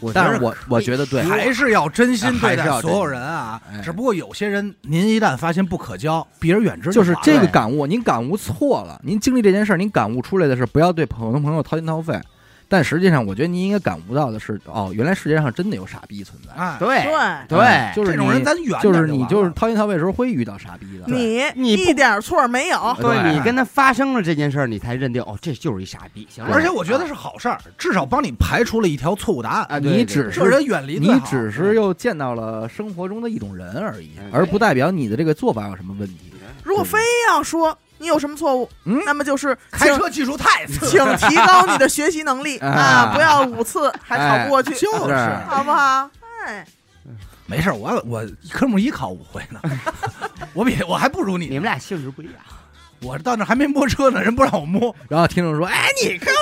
我但是我我觉得对，还是要真心对还是待要所有人啊真哎！只不过有些人，您一旦发现不可交，避而远之就是完这个了感悟，您感悟错了，您经历这件事儿，您感悟出来的是不要对普通朋友掏心掏肺。但实际上，我觉得您应该感悟到的是，哦，原来世界上真的有傻逼存在。哎，对对，哎对，就是这种人你，咱远点就是你，完就是了掏心掏肺的时候会遇到傻逼的。你你不一点错没有。对你啊跟他发生了这件事儿，你才认定哦，这就是一傻逼。行了，而且我觉得是好事儿，至少帮你排除了一条错误答案，啊，对你对只这是人远离最哎你好只是又见到了生活中的一种人而已哎，而不代表你的这个做法有什么问题。如果非要说你有什么错误，嗯那么就是开请车技术太次了，请提高你的学习能力啊啊，不要五次还考不过哎去，啊就是好不好？哎，没事儿，我我科目一考五回 呢，我比我还不如你，你们俩性质不一样，我到那儿还没摸车呢，人不让我摸，然后听众说：“哎，你看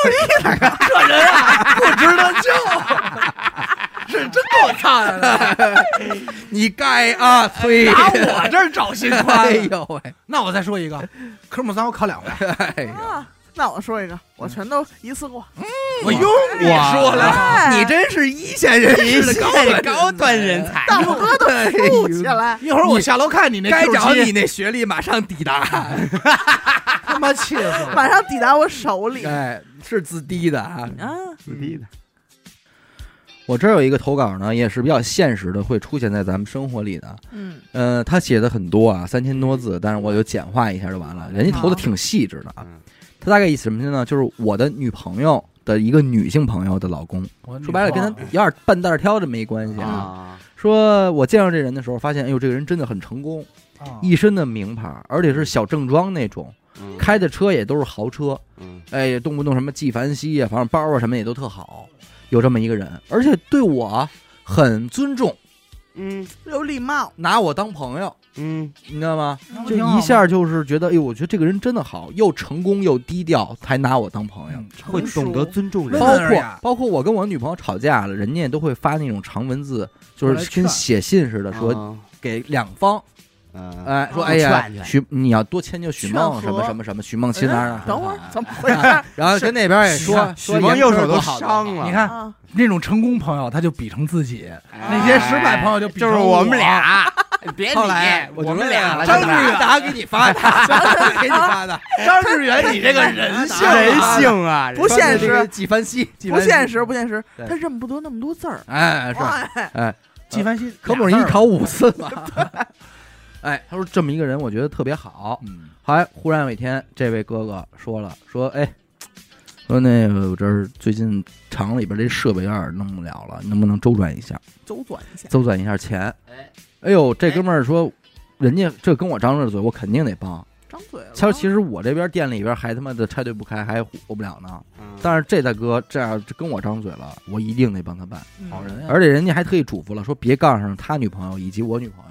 啊 不知道就，是真够惨的， 你该啊，崔，打我这儿找新哎欢。呦喂，那我再说一个，科目三我考两回，哎呦。”啊，那我说一个，我全都一次过。我用你说了，哎你真是一线 人士的高端高端人才，大拇哥都竖起来，一会儿我下楼看你那该 Q 找七你那学历马上抵达。他妈气死马了。上抵达我手里。啊，哎，是自低的啊。嗯自闭的，我这儿有一个投稿呢，也是比较现实的，会出现在咱们生活里的。嗯，呃，他写的很多啊，三千多字，但是我就简化一下就完了。人家投的挺细致的啊嗯。他大概意思什么呢？就是我的女朋友的一个女性朋友的老公，说白了跟他有点半道儿挑的没关嗯系啊。啊，说我见到这人的时候，发现哎呦，这个人真的很成功，啊一身的名牌，而且是小正装那种，嗯开的车也都是豪车。嗯哎，动不动什么纪梵希呀，反正包啊什么也都特好，有这么一个人，而且对我啊很尊重，嗯有礼貌，拿我当朋友，嗯，你知道吗？那不就挺好吗一下就是觉得，哎呦，我觉得这个人真的好，又成功又低调，还拿我当朋友。嗯会懂得尊重人包温，文尔括雅包括我跟我女朋友吵架了，人家也都会发那种长文字，就过来是劝跟写信似的，说啊给两方，嗯哎，说哦哎呀劝，劝许你要多迁就许劝梦和哎什么什么什么，许梦亲啊，嗯等会儿怎么回 事然后跟那边也许说，许说梦严右苛手多都好多伤好了，你看啊？那种成功朋友，他就比成自己，哎那些失败朋友就比就是成我我们俩，别理后来我啊们俩了，张真志的达给你发 的，给你发的，张志远，你这个 人性啊，人性啊，不现实纪梵希，纪不梵希现实，不现实，对他认不得那么多字儿。哎是，哎，哎，纪梵希可不容易考五次嘛。 哎，他说这么一个人，我觉得特别好。嗯，后来忽然有一天，这位哥哥说了，说哎，说那个我这儿最近厂里边这设备有点弄不了了，能不能周转一下，周转一下，周转一下钱？哎哎呦，这哥们儿说，人家这跟我张着嘴，我肯定得帮。张嘴了。他说其实我这边店里边还他妈的拆对不开，还活不了呢。但是这大哥这样跟我张嘴了，我一定得帮他办。嗯好人呀，而且人家还特意嘱咐了，说别杠上他女朋友以及我女朋友，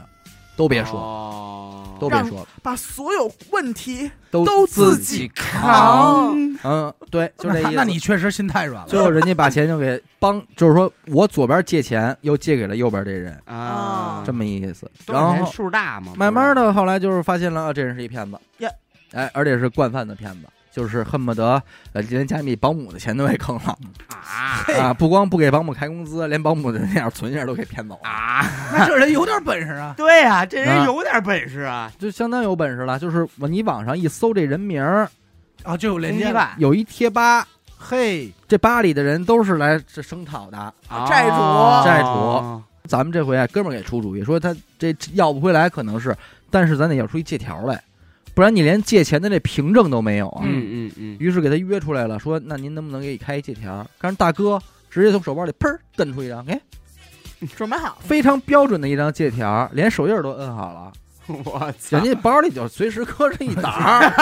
都别说，哦说都别说，把所有问题都都自自己扛。扛。嗯，对，就这意思。那你确实心太软了。最后人家把钱就给帮，就是说我左边借钱又借给了右边这人，啊，这么意思。多然少钱后数大嘛，慢慢的后来就是发现了，啊，这人是一骗子呀，哎，而且是惯犯的骗子。就是恨不得，呃，连加密保姆的钱都给坑了啊啊！不光不给保姆开工资，连保姆的那点存下都给骗走了。啊，那这人有点本事啊， 对啊，这啊人有点本事啊，就相当有本事了。就是我你网上一搜这人名儿，啊，就有连 攻击接吧，有一贴吧，嘿，这巴里的人都是来这声讨的。债主啊债主咱们这回啊，哥们儿给出主意说他这要不回来可能是，但是咱得要出一借条来，不然你连借钱的这凭证都没有啊。嗯嗯嗯，于是给他约出来了，说那您能不能给你开一借条？但是大哥直接从手包里砰蹬出一张，哎，准备好非常标准的一张借条，连手印儿都摁好 了。我操人！家包里就随时搁着一沓 儿，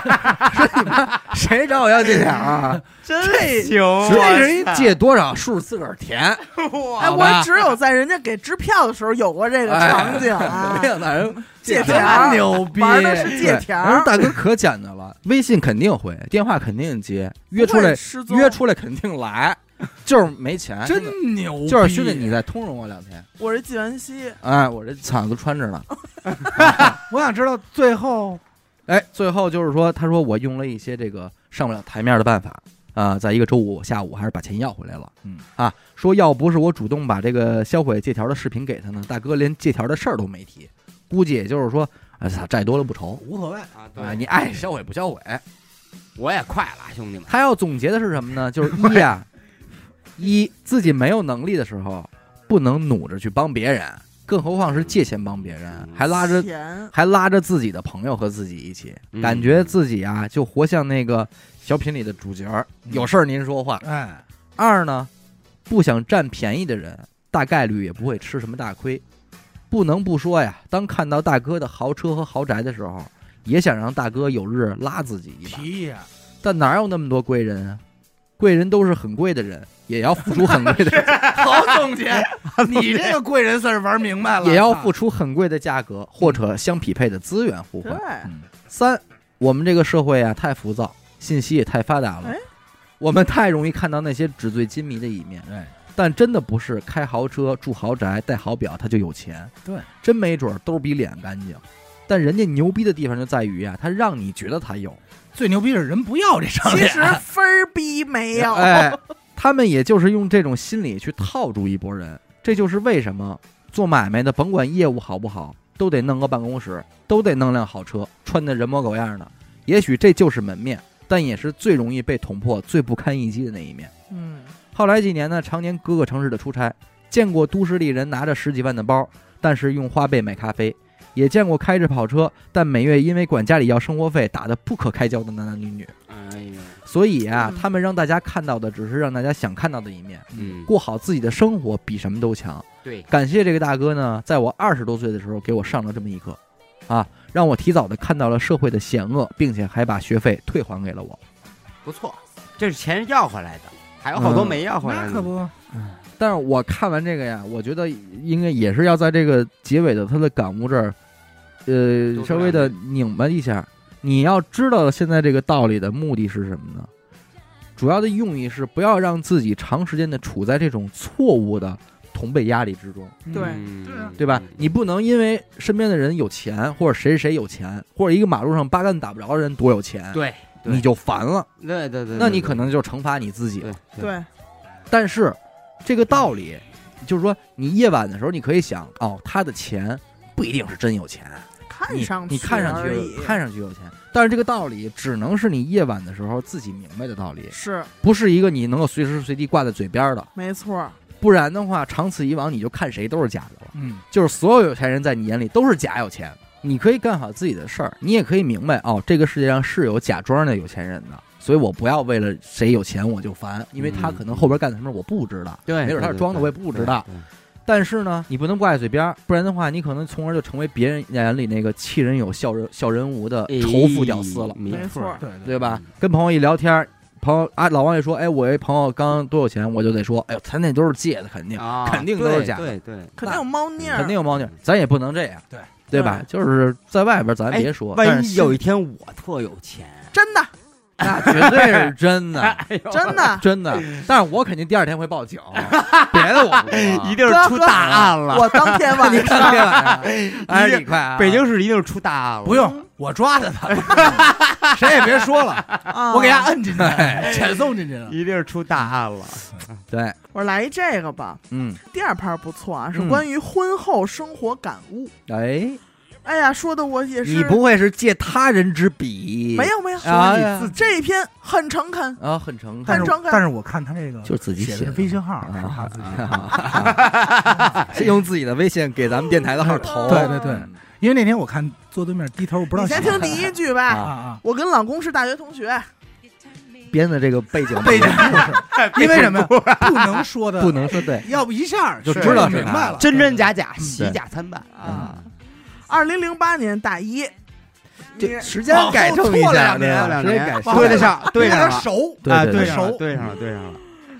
说你妈谁找我要借条 啊？真行，这人一借多少数自个儿填，我哎，好吧哎我只有在人家给支票的时候有过这个场景 啊 没。有哪人借条条儿儿。牛逼！玩的是借条然儿后，大哥可简单了，微信肯定回，电话肯定接，约出来失踪。约出来肯定来，就是没钱，真的真牛逼！就是兄弟，你再通融我两天。我是纪文熙，哎，我这嗓子穿着呢。 我想知道最后哎，最后就是说，他说我用了一些这个上不了台面的办法啊、在一个周五下午还是把钱要回来了。嗯啊，说要不是我主动把这个销毁借条的视频给他呢，大哥连借条的事儿都没提，估计也就是说，哎操，债多了不愁无所谓，啊，啊，对，你爱销毁不销毁。我也快了，啊兄弟们，他要总结的是什么呢？就是一啊，一自己没有能力的时候，不能努着去帮别人，更何况是借钱帮别人，还拉着钱，还拉着自己的朋友和自己一起，嗯感觉自己啊就活像那个小品里的主角儿，嗯有事儿您说话。哎，二呢，不想占便宜的人，大概率也不会吃什么大亏。不能不说呀，当看到大哥的豪车和豪宅的时候，也想让大哥有日拉自己一把。皮呀，但哪有那么多贵人啊？贵人都是很贵的人，也要付出很贵的，好总结，你这个贵人事儿玩明白了，也要付出很贵的价格或者相匹配的资源互对换。，三，我们这个社会啊太浮躁，信息也太发达了哎，我们太容易看到那些纸醉金迷的一面。哎，但真的不是开豪车、住豪宅、戴好表他就有钱，对，真没准儿兜比脸干净。但人家牛逼的地方就在于啊，他让你觉得他有，最牛逼是人不要这张其脸， 实分儿逼没有。哎，他们也就是用这种心理去套住一拨人，这就是为什么做买卖的，甭管业务好不好，都得弄个办公室，都得弄辆好车，穿的人模狗样的。也许这就是门面，但也是最容易被捅破、最不堪一击的那一面。嗯，后来几年呢，常年各个城市的出差，见过都市丽人拿着十几万的包，但是用花呗买咖啡；也见过开着跑车，但每月因为管家里要生活费打得不可开交的男男女女。哎呦，所以啊嗯，他们让大家看到的只是让大家想看到的一面，嗯，过好自己的生活比什么都强。对，感谢这个大哥呢，在我二十多岁的时候给我上了这么一课，啊，让我提早的看到了社会的险恶，并且还把学费退还给了我。不错，这是钱要回来的，还有好多没要回来那呢可，不，但是我看完这个呀，我觉得应该也是要在这个结尾的他的感悟这儿，呃，多说两句稍微的拧巴一下。你要知道现在这个道理的目的是什么呢？主要的用意是不要让自己长时间的处在这种错误的同辈压力之中，对嗯对啊对吧？嗯你不能因为身边的人有钱，或者谁谁有钱，或者一个马路上八竿子打不着的人多有钱，对，对你就烦了。嗯对对对，那你可能就惩罚你自己了对。对，但是这个道理，就是说你夜晚的时候，你可以想，哦，他的钱不一定是真有钱，看你上去你看上而去已看上去有钱，但是这个道理只能是你夜晚的时候自己明白的道理，是不是一个你能够随时随地挂在嘴边的。没错，不然的话，长此以往，你就看谁都是假的了。嗯，就是所有有钱人在你眼里都是假有钱。你可以干好自己的事儿，你也可以明白哦，这个世界上是有假装的有钱人的，所以我不要为了谁有钱我就烦，因为他可能后边干的什么我不知道，对，没准他是装的，我也不不知道。，但是呢，你不能挂在嘴边儿，不然的话，你可能从而就成为别人眼里那个弃人有笑人笑人无的仇富屌丝了，没没错对对吧？跟朋友一聊天儿，朋友啊，老王一说，哎，我一朋友刚刚多有钱，我就得说，哎呦，他那都是借的，肯定啊，肯定都是假的对对，肯定有猫腻儿，肯定有猫腻儿，咱也不能这样，对对吧？就是在外边咱哎别说，但万是一有心一天我特有钱，真的 那绝对是真 的，真的。真的。但是我肯定第二天会报 警，别的我不说 一定是哥出哥大案了。我当天晚你看这上玩意儿， 哎，你快啊，北京市一定是出大案了。不用我抓的他，谁也别说了，啊，我给 他摁进去，遣送进去了。一定是出大案了。对，我来一这个吧。嗯，第二盘不错啊，是嗯关于婚后生活感悟。哎，哎呀，说的我也是，你不会是借他人之笔？没有没有，啊哎你呀自己这一篇很诚恳，啊，很诚但恳是很诚我恳但是我看他这个就是自己写的写的是微信号，啊是他自己的。先用自己的微信给咱们电台的号嗯投。对对对，因为那天我看坐对面低头，我不知道你写先的听第一句啊吧。啊，我跟老公是大学同学，编的这个背景背景故事，因为什么呀？不能说的， 不，能说对，要不一下就是知道是明哪白了了，真真假假，对嗯虚假参半啊！二零零八年大一。你这时间改正一往后错下，两对年吧两时间年啊改往正后对得上，对有上点了熟，对啊，对对对上了，熟对上了，对上了。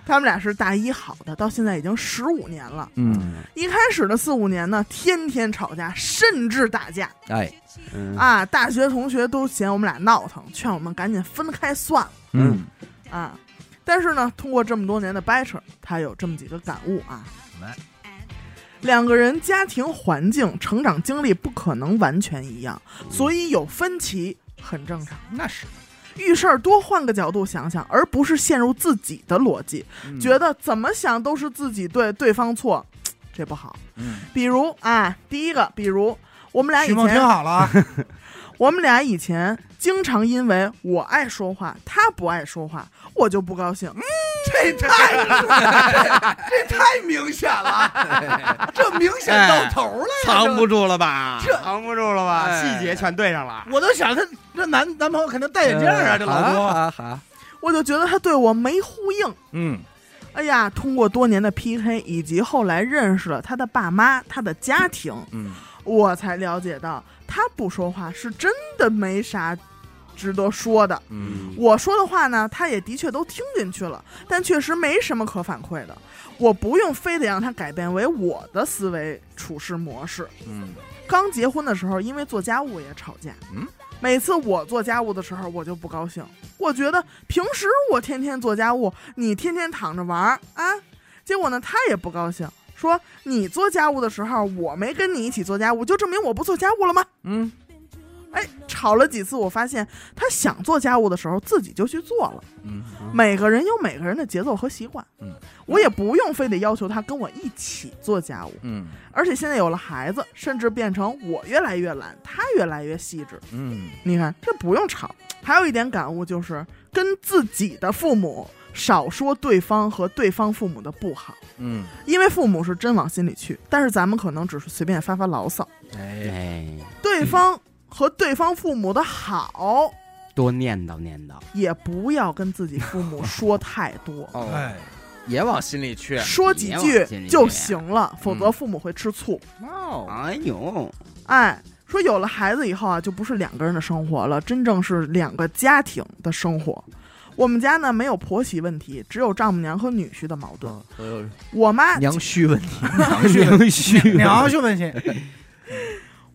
他们俩是大一好的，到现在已经十五年了。嗯，一开始的四五年呢，天天吵架，甚至打架哎，嗯，啊！大学同学都嫌我们俩闹腾，劝我们赶紧分开算了嗯，啊！但是呢，通过这么多年的掰扯，他有这么几个感悟啊来。两个人家庭环境、成长经历不可能完全一样，所以有分歧很正常。那是遇事儿多换个角度想想，而不是陷入自己的逻辑，嗯嗯觉得怎么想都是自己对，对方错，这不好。嗯比如啊，第一个，比如我们俩以徐梦听前，好了啊，我们俩以前经常因为我爱说话，他不爱说话，我就不高兴。这太这太明显 了，这明显到头了呀，藏不住。住了吧？这藏不住了吧？哎细节全对上了。我都想他这男男朋友肯定戴眼镜啊，这老公公啊，好，我就觉得他对我没呼应。嗯哎呀，通过多年的 PK 以及后来认识了他的爸妈、他的家庭，嗯，我才了解到他不说话是真的没啥值得说的。嗯，我说的话呢，他也的确都听进去了，但确实没什么可反馈的。我不用非得让他改变为我的思维处事模式。嗯，刚结婚的时候，因为做家务也吵架。嗯，每次我做家务的时候，我就不高兴。我觉得平时我天天做家务，你天天躺着玩儿啊。结果呢，他也不高兴，说你做家务的时候，我没跟你一起做家务，就证明我不做家务了吗？嗯，哎，吵了几次，我发现他想做家务的时候，自己就去做了。嗯，每个人有每个人的节奏和习惯，嗯，我也不用非得要求他跟我一起做家务，嗯，而且现在有了孩子，甚至变成我越来越懒，他越来越细致。嗯，你看，这不用吵。还有一点感悟就是，跟自己的父母少说对方和对方父母的不好，嗯，因为父母是真往心里去，但是咱们可能只是随便发发牢骚。哎，哎，对方和对方父母的好，多念叨念叨。也不要跟自己父母说太 多。哦，哎，也往心里去，啊说几句就行了，否则父母会吃醋。哦，哎呦，哎，说有了孩子以后啊，就不是两个人的生活了，真正是两个家庭的生活。我们家呢没有婆媳问题，只有丈母娘和女婿的矛盾。所有我妈，嗯娘婿问题，娘婿娘兄问去，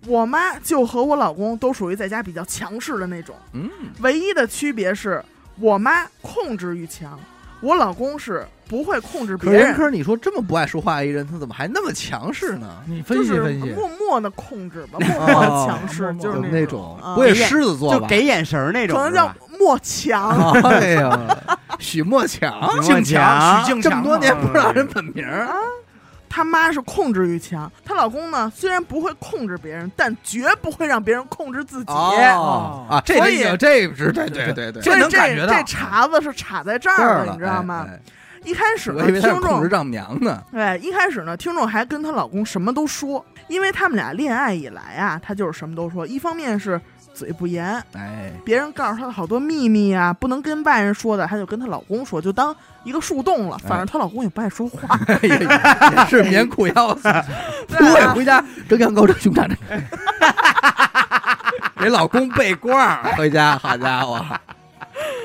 我妈就和我老公都属于在家比较强势的那种，嗯，唯一的区别是我妈控制欲强，我老公是不会控制别可是人，可是你说这么不爱说话一人，他怎么还那么强势呢？你分就析是分析，默默的控制吧，默默的强势，哦就就是默默那那种啊，不会是狮子座就吧？给 眼神儿那种，可能叫默强。哎呀，许墨强， 啊敬强，许敬这强么嘛多年不知道人本名儿，她妈是控制欲强，她老公呢虽然不会控制别人，但绝不会让别人控制自己。哦啊，这所得以有这个是对对对对，这所以能感觉到这茬子是插在这这儿儿了了，你知道吗？哎哎一开始呢我以为他是听控制众丈母娘呢。对一开始呢，听众还跟她老公什么都说，因为他们俩恋爱以来啊，她就是什么都说。一方面是嘴不严，哎，别人告诉她的好多秘密啊，不能跟外人说的，她就跟她老公说，就当一个树洞了。哎反正她老公也不爱说 话，也也是棉裤腰子，我啊也回家蒸羊羔、蒸熊掌， 给老公背罐儿回家，好家伙，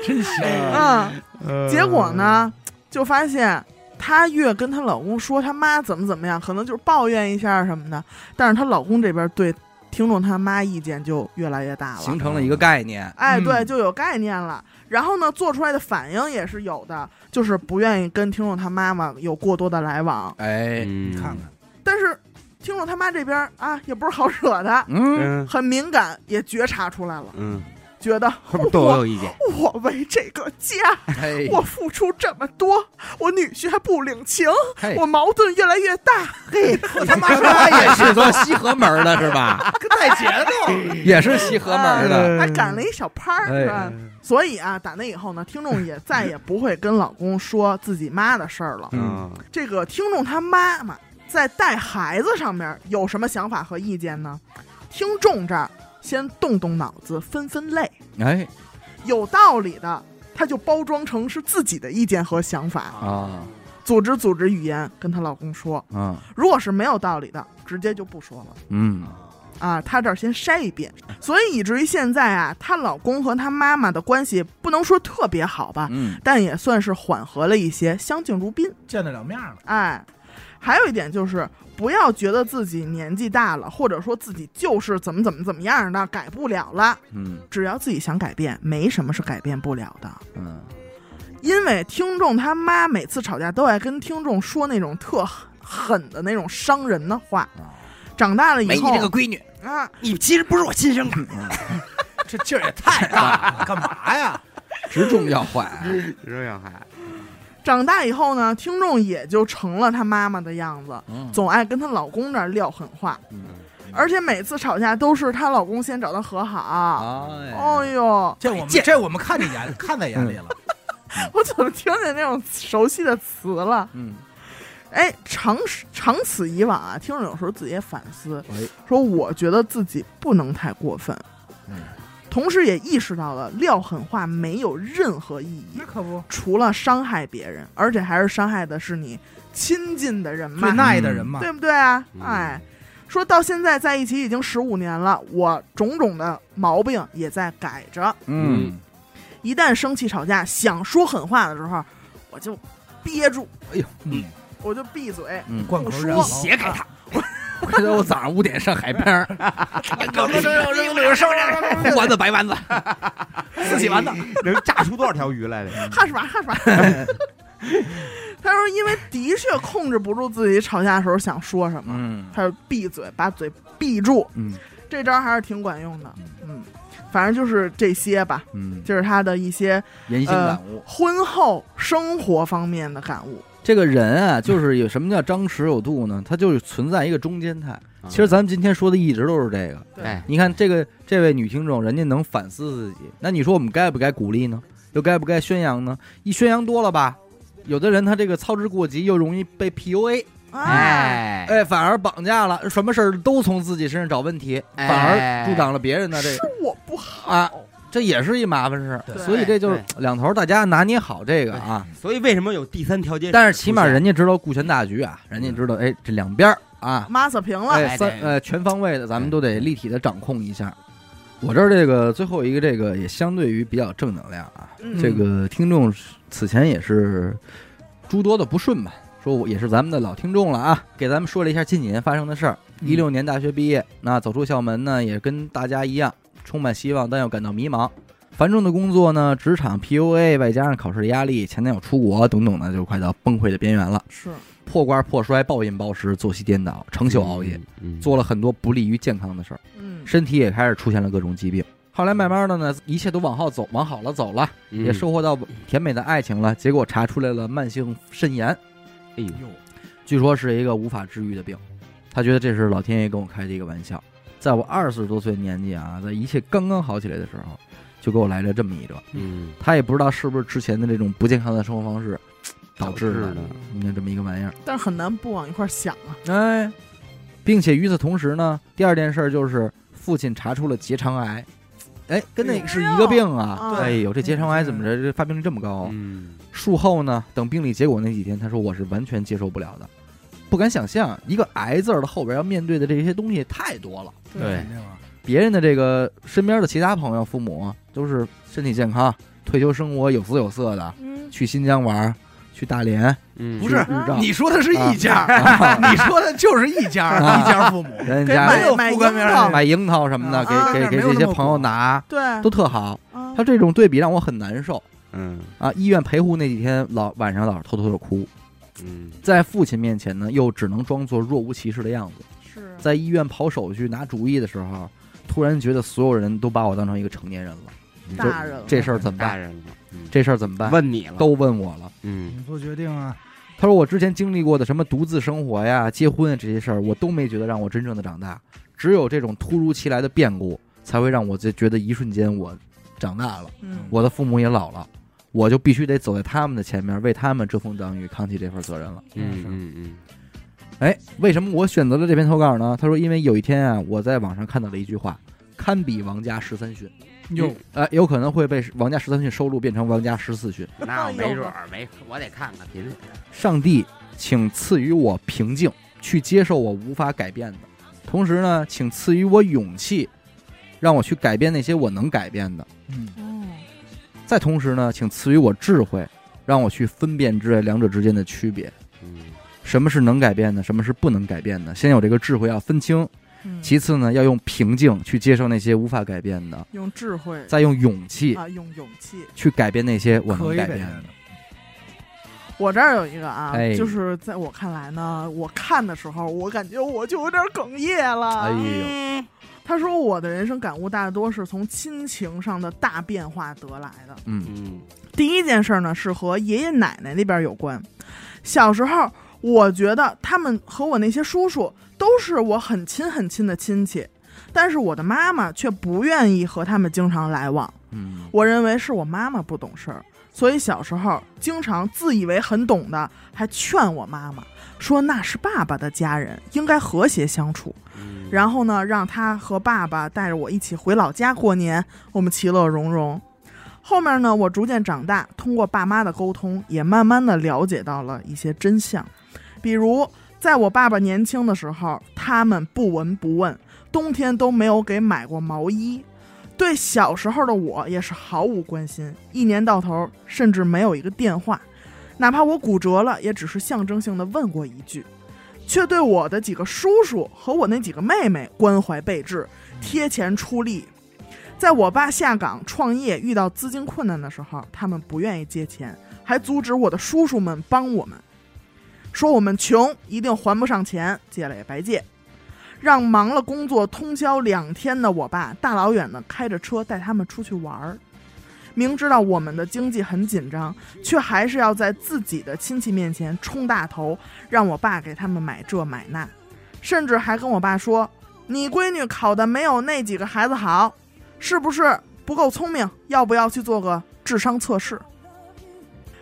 真行，嗯。呃嗯结果？呢，就发现她越跟她老公说她妈怎么怎么样，可能就是抱怨一下什么的，但是她老公这边对听众他妈意见就越来越大了形。成了一个概念。哎，嗯对，就有概念了。然后呢，做出来的反应也是有的，就是不愿意跟听众他妈妈有过多的来往。哎，你你看看，但是听众他妈这边啊，也不是好惹的，嗯嗯很敏感，也觉察出来了。嗯觉得是不是对我有意见？我为这个家，嘿，我付出这么多，我女婿还不领情，嘿我矛盾越来越大。 嘿，我他妈他也是做西河门儿的是吧？带节奏， 也是西河门儿的，还赶了一小拍儿，哎是吧？嗯所以啊，打那以后呢，听众也再也不会跟老公说自己妈的事儿了。嗯嗯，这个听众他妈妈在带孩子上面有什么想法和意见呢？听众这儿先动动脑子，分分类，哎有道理的她就包装成是自己的意见和想法，啊组织组织语言跟她老公说。啊如果是没有道理的，直接就不说了。嗯啊，她这儿先筛一遍，所以以至于现在啊，她老公和她妈妈的关系不能说特别好吧，嗯但也算是缓和了一些，相敬如宾。见得了面了。哎，还有一点就是，不要觉得自己年纪大了，或者说自己就是怎么怎么怎么样的改不了了，嗯只要自己想改变，没什么是改变不了的。嗯，因为听众他妈每次吵架都爱跟听众说那种特狠的那种伤人的话啊，长大了以后闺女，啊，你其实不是我亲生的。 这劲儿也太大了，干嘛呀？直中要坏，这样还长大以后呢，听众也就成了她妈妈的样子，嗯总爱跟她老公那儿撂狠话，嗯而且每次吵架都是她老公先找她和好。哎哦呦，我这我们这我们看在眼看在眼里了，怎么听见那种熟悉的词了？嗯哎，长长此以往啊，听众有时候自己也反思，哎说我觉得自己不能太过分，嗯同时也意识到了撂狠话没有任何意义，那可不，除了伤害别人，而且还是伤害的是你亲近的人嘛最。耐的人嘛，对不对啊？嗯哎，说到现在在一起已经十五年了，我种种的毛病也在改着。嗯，一旦生气吵架，想说狠话的时候，我就憋住，嗯，我就闭嘴。灌口我染说血，给他，回头我早上五点上海边儿，红丸子白丸子，自己玩的，能炸出多少条鱼来的？ 哈什么哈什么？ 他说，因为的确控制不住自己吵架的时候想说什么，嗯他就闭嘴，把嘴闭住。嗯这招还是挺管用的。嗯，反正就是这些吧，嗯，就是他的一些人心呃感悟。婚后生活方面的感悟。这个人啊，就是有什么叫张弛有度呢？他就是存在一个中间态。其实咱们今天说的一直都是这个。对哎，你看这个这位女听众，人家能反思自己，那你说我们该不该鼓励呢？又该不该宣扬呢？一宣扬多了吧，有的人他这个操之过急，又容易被 PUA，哎，哎，哎，反而绑架了，什么事儿都从自己身上找问题，哎反而助长了别人的这是个我不好，啊，这也是一麻烦事儿。对所以这就是对两头，大家拿捏好这个啊。所以为什么有第三条街？但是起码人家知道顾全大局啊，人家知道哎这两边儿啊，妈死平了。哎哎三对呃全方位的，咱们都得立体的掌控一下。我这儿这个最后一个这个也相对于比较正能量啊，嗯这个听众此前也是诸多的不顺吧，说我也是咱们的老听众了啊，给咱们说了一下近几年发生的事儿。一六年大学毕业，那走出校门呢，也跟大家一样，充满希望，但又感到迷茫。繁重的工作呢，职场 PUA，外加上考试的压力，前男友出国等等呢，就快到崩溃的边缘了。是破罐破摔，暴饮暴食，作息颠倒，长不袖行熬夜，，嗯做了很多不利于健康的事儿，嗯，身体也开始出现了各种疾病。后来慢慢的呢，一切都往后走，往好了走了，嗯也，收获到甜美的爱情了。结果查出来了慢性肾炎，嗯哎呦，哟，据说是一个无法治愈的病。他觉得这是老天爷跟我开的一个玩笑。在我二十多岁年纪啊，在一切刚刚好起来的时候，就给我来了这么一段。嗯，他也不知道是不是之前的这种不健康的生活方式导致导的致的，你看这么一个玩意儿。但是很难不往一块儿想啊。哎，并且与此同时呢，第二件事儿就是父亲查出了结肠癌，哎，跟那个是一个病啊。哎哎呦，这结肠癌怎么着这发病率这么高啊？嗯，术后呢，等病理结果那几天，他说我是完全接受不了的，不敢想象一个“癌”字儿的后边要面对的这些东西太多了。对，别人的这个身边的其他朋友、父母都是身体健康、退休生活有姿有色的，嗯，去新疆玩儿，去大连，嗯不是去日照，你说的是一家，啊 你说的就是一家，啊一家父母， 人跟家没有买覆盖面买儿买樱桃什么的，啊给给给没有这那些么朋友苦拿，对，都特好。啊他这种对比让我很难受嗯啊！医院陪护那几天，老晚上老是偷偷的哭，嗯，在父亲面前呢，又只能装作若无其事的样子。是在医院跑手续拿主意的时候，突然觉得所有人都把我当成一个成年人了，大人了这事儿怎么大办？人了，嗯这事儿怎么办？问你了，都问我了。嗯你做决定啊，他说我之前经历过的什么独自生活呀、结婚啊这些事儿，我都没觉得让我真正的长大，只有这种突如其来的变故才会让我就觉得一瞬间我长大了，嗯，我的父母也老了，我就必须得走在他们的前面，为他们遮风挡雨，扛起这份责任了。嗯嗯嗯，哎，为什么我选择了这篇投稿呢？他说，因为有一天啊，我在网上看到了一句话，堪比王家十三训，哟，呃，有可能会被王家十三训收录，变成王家十四训。 那我没准儿没，我得看看品品。上帝，请赐予我平静，去接受我无法改变的；同时呢，请赐予我勇气，让我去改变那些我能改变的；嗯，哦，再同时呢，请赐予我智慧，让我去分辨这两者之间的区别，嗯什么是能改变的，什么是不能改变的。先有这个智慧要分清，嗯其次呢，要用平静去接受那些无法改变的，用智慧再用勇气啊，用勇气。去改变那些我可能以改呗变的。我这儿有一个啊，哎就是在我看来呢，我看的时候，我感觉我就有点哽咽了。哎呦，嗯他说我的人生感悟大多是从亲情上的大变化得来的。嗯嗯第一件事儿呢，是和爷爷奶奶那边有关。小时候，我觉得他们和我那些叔叔都是我很亲很亲的亲戚，但是我的妈妈却不愿意和他们经常来往。嗯，我认为是我妈妈不懂事儿，所以小时候经常自以为很懂的，还劝我妈妈说那是爸爸的家人，应该和谐相处。嗯，然后呢，让他和爸爸带着我一起回老家过年，我们其乐融融。后面呢，我逐渐长大，通过爸妈的沟通，也慢慢的了解到了一些真相，比如在我爸爸年轻的时候，他们不闻不问，冬天都没有给买过毛衣，对小时候的我也是毫无关心，一年到头甚至没有一个电话，哪怕我骨折了，也只是象征性的问过一句。却对我的几个叔叔和我那几个妹妹关怀备至，贴钱出力。在我爸下岗创业遇到资金困难的时候，他们不愿意借钱，还阻止我的叔叔们帮我们，说我们穷，一定还不上钱，借了也白借。让忙了工作通宵两天的我爸，大老远的开着车带他们出去玩儿。明知道我们的经济很紧张，却还是要在自己的亲戚面前冲大头，让我爸给他们买这买那，甚至还跟我爸说：“你闺女考的没有那几个孩子好，是不是不够聪明？要不要去做个智商测试？”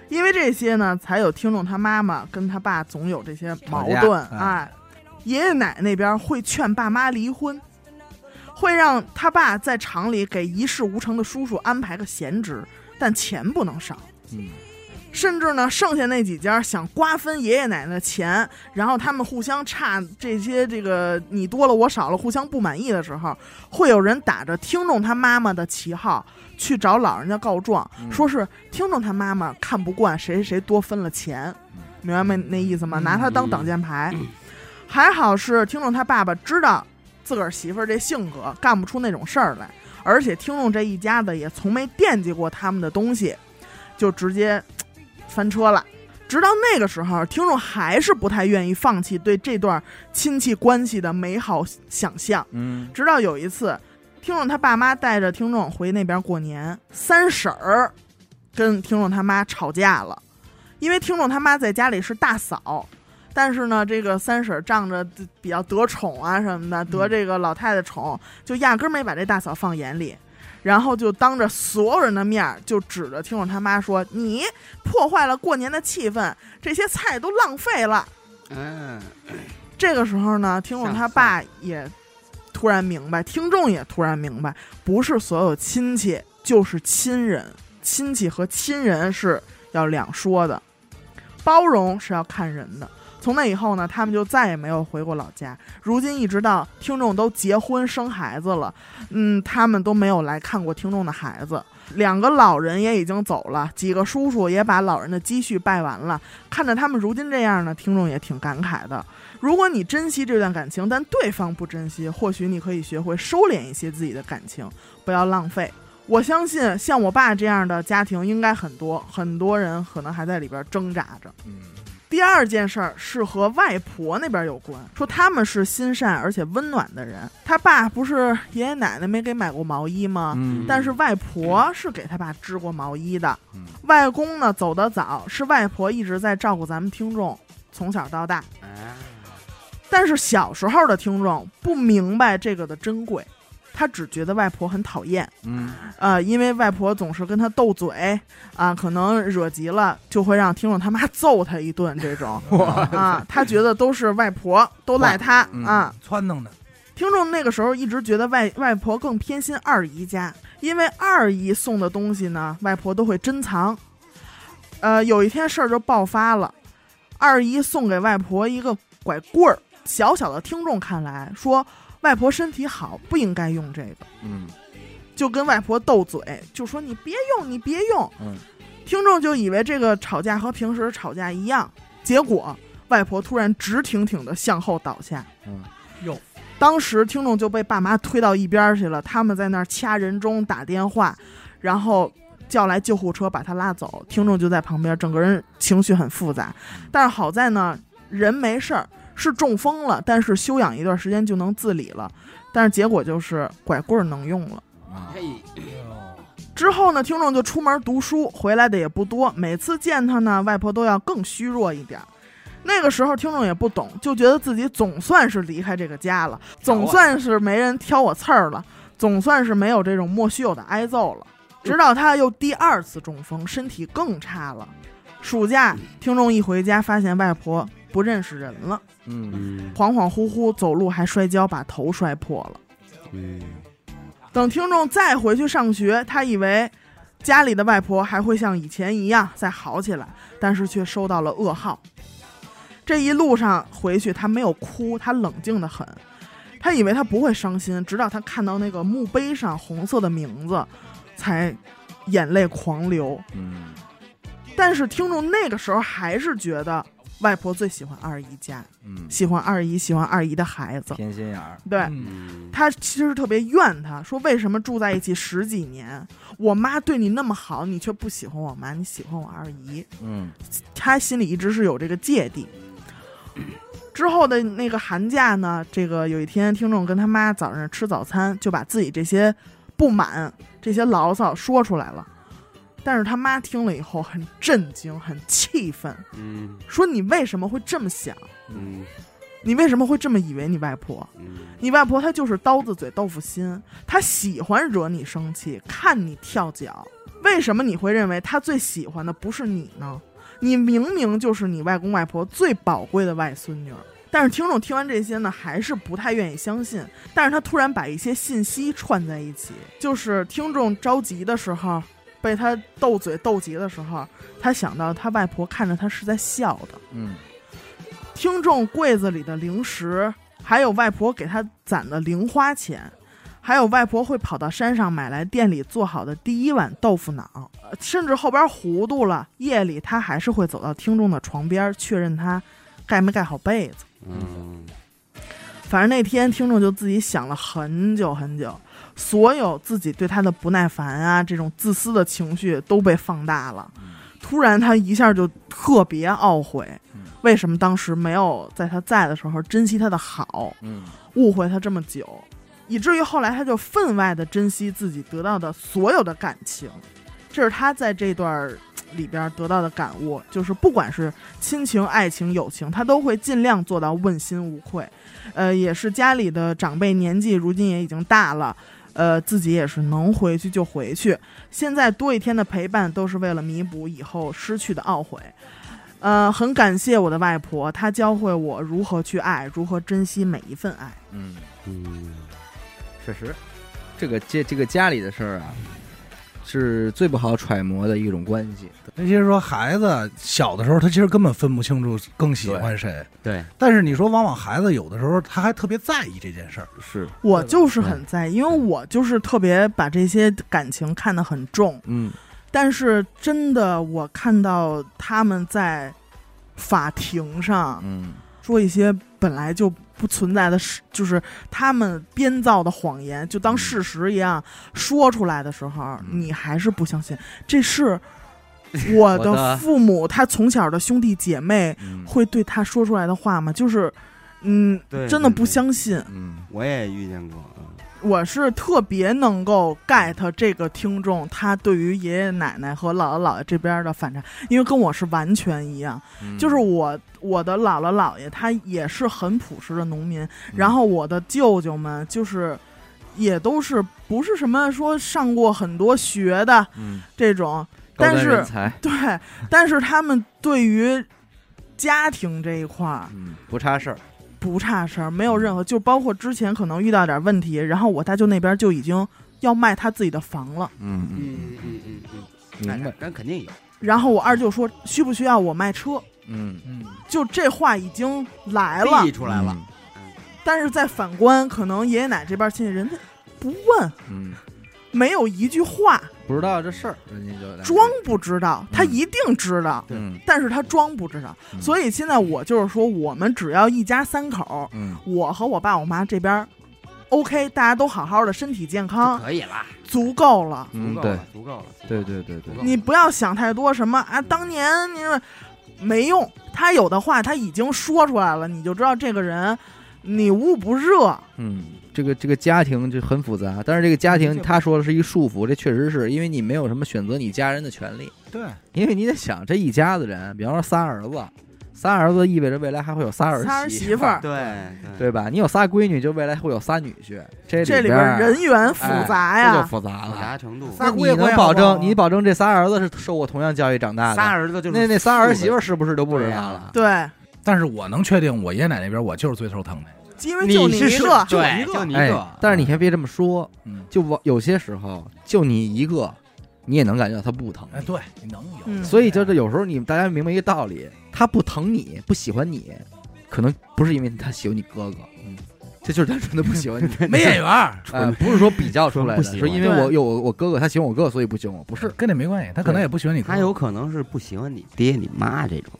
因为这些呢，才有听众他妈妈跟他爸总有这些矛架盾。哎哎，爷爷奶奶那边会劝爸妈离婚，会让他爸在厂里给一事无成的叔叔安排个闲职，但钱不能少。嗯，甚至呢，剩下那几家想瓜分爷爷奶奶的钱，然后他们互相差这些这个你多了我少了，互相不满意的时候，会有人打着听众他妈妈的旗号去找老人家告状，嗯说是听众他妈妈看不惯谁谁谁多分了钱嗯，明白没那意思吗？嗯拿他当挡箭牌。还好是听众他爸爸知道自个儿媳妇儿这性格，干不出那种事儿来，而且听众这一家子也从没惦记过他们的东西，就直接翻车了。直到那个时候，听众还是不太愿意放弃对这段亲戚关系的美好想象。嗯，直到有一次，听众他爸妈带着听众回那边过年，三婶儿跟听众他妈吵架了，因为听众他妈在家里是大嫂，但是呢，这个三婶儿仗着自比较得宠啊什么的，得这个老太太宠，就压根儿没把这大嫂放眼里。然后就当着所有人的面儿，就指着听众他妈说：“你破坏了过年的气氛，这些菜都浪费了。”嗯，这个时候呢，听众他爸也突然明白，听众也突然明白，不是所有亲戚就是亲人，亲戚和亲人是要两说的，包容是要看人的。从那以后呢，他们就再也没有回过老家。如今一直到听众都结婚生孩子了，嗯，他们都没有来看过听众的孩子。两个老人也已经走了，几个叔叔也把老人的积蓄败完了。看着他们如今这样呢，听众也挺感慨的。如果你珍惜这段感情，但对方不珍惜，或许你可以学会收敛一些自己的感情，不要浪费。我相信像我爸这样的家庭应该很多，很多人可能还在里边挣扎着。嗯第二件事儿是和外婆那边有关，说他们是心善而且温暖的人。他爸不是爷爷奶奶没给买过毛衣吗？嗯但是外婆是给他爸织过毛衣的。嗯外公呢走得早，是外婆一直在照顾咱们听众，从小到大。哎啊，但是小时候的听众不明白这个的珍贵，他只觉得外婆很讨厌。嗯呃，因为外婆总是跟他斗嘴啊、可能惹急了就会让听众他妈揍他一顿这 种啊，他觉得都是外婆都赖他嗯啊。撺弄的，听众那个时候一直觉得外外婆更偏心二姨家，因为二姨送的东西呢，外婆都会珍藏。呃，有一天事儿就爆发了，二姨送给外婆一个拐棍儿，小小的听众看来说，外婆身体好，不应该用这个。嗯就跟外婆斗嘴，就说你别用，你别用。嗯，听众就以为这个吵架和平时吵架一样，结果外婆突然直挺挺的向后倒下。嗯，哟，当时听众就被爸妈推到一边儿去了，他们在那儿掐人中打电话，然后。叫来救护车把他拉走，听众就在旁边，整个人情绪很复杂。嗯但是好在呢，人没事儿，是中风了，但是休养一段时间就能自理了。但是结果就是拐棍儿能用了。啊嘿，之后呢，听众就出门读书，回来的也不多。每次见他呢，外婆都要更虚弱一点儿。那个时候听众也不懂，就觉得自己总算是离开这个家了，总算是没人挑我刺儿了，总算是没有这种莫须有的挨揍了。直到他又第二次中风，身体更差了。暑假，听众一回家发现外婆不认识人了，嗯嗯恍恍惚惚走路还摔跤，把头摔破了。嗯，等听众再回去上学，他以为家里的外婆还会像以前一样再好起来，但是却收到了噩耗。这一路上回去，他没有哭，他冷静的很。他以为他不会伤心，直到他看到那个墓碑上红色的名字，才眼泪狂流。嗯但是听众那个时候还是觉得外婆最喜欢二姨家，嗯，喜欢二姨，喜欢二姨的孩子。偏心眼儿，对，嗯嗯他其实特别怨他，说为什么住在一起十几年，我妈对你那么好，你却不喜欢我妈，你喜欢我二姨。嗯他心里一直是有这个芥蒂。之后的那个寒假呢，这个有一天听众跟他妈早上吃早餐，就把自己这些不满、这些牢骚说出来了。但是他妈听了以后很震惊，很气愤，嗯说你为什么会这么想？嗯你为什么会这么以为你外婆？嗯你外婆她就是刀子嘴豆腐心，她喜欢惹你生气，看你跳脚。为什么你会认为她最喜欢的不是你呢？你明明就是你外公外婆最宝贵的外孙女儿。但是听众听完这些呢，还是不太愿意相信。但是他突然把一些信息串在一起，就是听众着急的时候，被他斗嘴斗急的时候，他想到他外婆看着他是在笑的。嗯听众柜子里的零食，还有外婆给他攒的零花钱，还有外婆会跑到山上买来店里做好的第一碗豆腐脑，呃甚至后边糊涂了，夜里他还是会走到听众的床边确认他盖没盖好被子。嗯反正那天听众就自己想了很久很久，所有自己对他的不耐烦啊，这种自私的情绪都被放大了。突然，他一下就特别懊悔嗯，为什么当时没有在他在的时候珍惜他的好，嗯误会他这么久，以至于后来他就分外的珍惜自己得到的所有的感情。这是他在这段儿里边儿得到的感悟，就是不管是亲情、爱情、友情，他都会尽量做到问心无愧。呃，也是家里的长辈年纪如今也已经大了，呃，自己也是能回去就回去。现在多一天的陪伴都是为了弥补以后失去的懊悔。呃，很感谢我的外婆，她教会我如何去爱，如何珍惜每一份爱。嗯，嗯，确实，这个这这个家里的事儿啊，是最不好揣摩的一种关系。那其实说孩子小的时候，他其实根本分不清楚更喜欢谁，对，但是你说往往孩子有的时候他还特别在意这件事儿，是，我就是很在意，因为我就是特别把这些感情看得很重。嗯但是真的，我看到他们在法庭上嗯说一些本来就不存在的事，就是他们编造的谎言，就当事实一样说出来的时候，嗯你还是不相信这是我我的的父母，他从小的兄弟姐妹嗯会对他说出来的话吗？就是，嗯，对，真的对不。相信。嗯对我也遇见过，嗯我是特别能够 get 这个听众他对于爷爷奶奶和姥姥姥爷这边的反差，因为跟我是完全一样。嗯就是我我的姥姥姥爷他也是很朴实的农民，嗯然后我的舅舅们就是也都是不是什么说上过很多学的嗯，这种，高端但是人才对，但是他们对于家庭这一块儿嗯不差事儿，不差事儿，没有任何，就包括之前可能遇到点问题，然后我大舅那边就已经要卖他自己的房了，嗯嗯嗯嗯嗯嗯，明白，那肯定有。然后我二舅说需不需要我卖车，嗯嗯，就这话已经来了逼，出来哎了，，但是在反观，可能爷爷奶奶这边心里人家不问，嗯，嗯没有一句话，不知道这事儿，人家就来装，不知道，他嗯一定知道，嗯但是他装不知道，嗯所以现在我就是说，我们只要一家三口，嗯我和我爸我妈这边儿，OK，大家都好好的，身体健就康，可以了，足够了。嗯足够对了，足够了，足够对了。对对对，不你不要想太多，什么啊，当年你说没用，他有的话他已经说出来了，你就知道这个人你捂不热。嗯，这个这个家庭就很复杂，但是这个家嗯庭这他说的是一个束缚，这确实是因为你没有什么选择你家人的权利，对，因为你得想这一家子人，比方说仨儿子，仨儿子意味着未来还会有仨儿仨儿媳妇儿对对吧？你有仨闺女，就未来会有仨女婿，这这里边边儿人缘复杂哎这就呀，复杂复了。杂程度，那仨你姑爷能关系保好不好证你保证这仨儿子是受过同样教育长大的？仨儿子就是那那仨儿媳妇儿，儿是不是都不知道了？对，但是我能确定，我爷爷奶奶那边我就是最受疼的，因为就一是个，对，就就你一哎个，，但是你还别这么说，嗯，就我有些时候就你一个，你也能感觉到他不疼哎，你。对，你能有，嗯所以就是有时候你们大家明白一个道理，他不疼你，不喜欢你，可能不是因为他喜欢你哥哥，嗯，这就是单纯的不喜欢你。没眼缘儿，呃，不是说比较出来的，纯不喜是欢因为我有我我哥哥，他喜欢我哥，哥，所以不喜欢我，不不是。跟这没关系，他可能也不喜欢你哥，他有可能是不喜欢你爹你妈这种。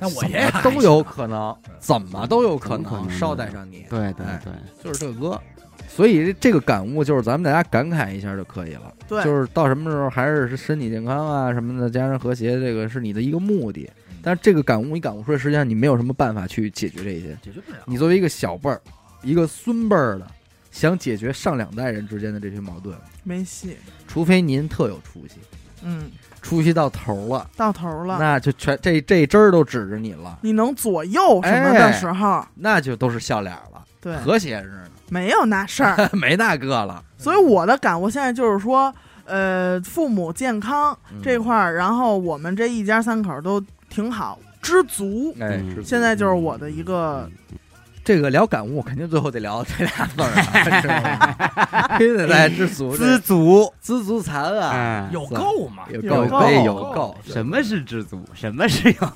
但我怎么爷爷还都行有可能，怎么都有可怎么可能能呢捎带上你，对对对对，就是这个歌。所以这个感悟就是咱们大家感慨一下就可以了。对就是到什么时候还是身体健康啊什么的，家人和谐，这个是你的一个目的。嗯但是这个感悟你感悟出来，实际上你没有什么办法去解决这些。解决不了，你作为一个小辈儿，一个孙辈儿的，想解决上两代人之间的这些矛盾，没戏，除非您特有出息，嗯，出息到头了，到头了。那就全这这针儿都指着你了，你能左右什么的时候，那就都是笑脸了，对，哎和谐着呢，没有那事儿。 没那个了。所以我的感悟现在就是说，呃，父母健康嗯这块儿，然后我们这一家三口都挺好，知足。哎，嗯是现在就是我的一个这个聊感悟，肯定最后得聊这俩字儿 啊知道吗， 必须得来知足这知足，知足常乐，哎，有够吗？有有够够对有够够，什么是知足，什么是有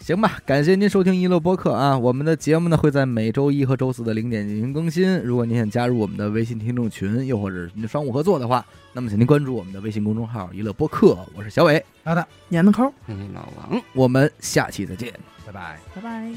行吧，感谢您收听一乐播客啊！我们的节目呢会在每周一和周四的零点进行更新。如果您想加入我们的微信听众群，又或者是您商务合作的话，那么请您关注我们的微信公众号“一乐播客”，我是小伟，好的，严的抠儿。老王？我们下期再见。拜拜。拜拜。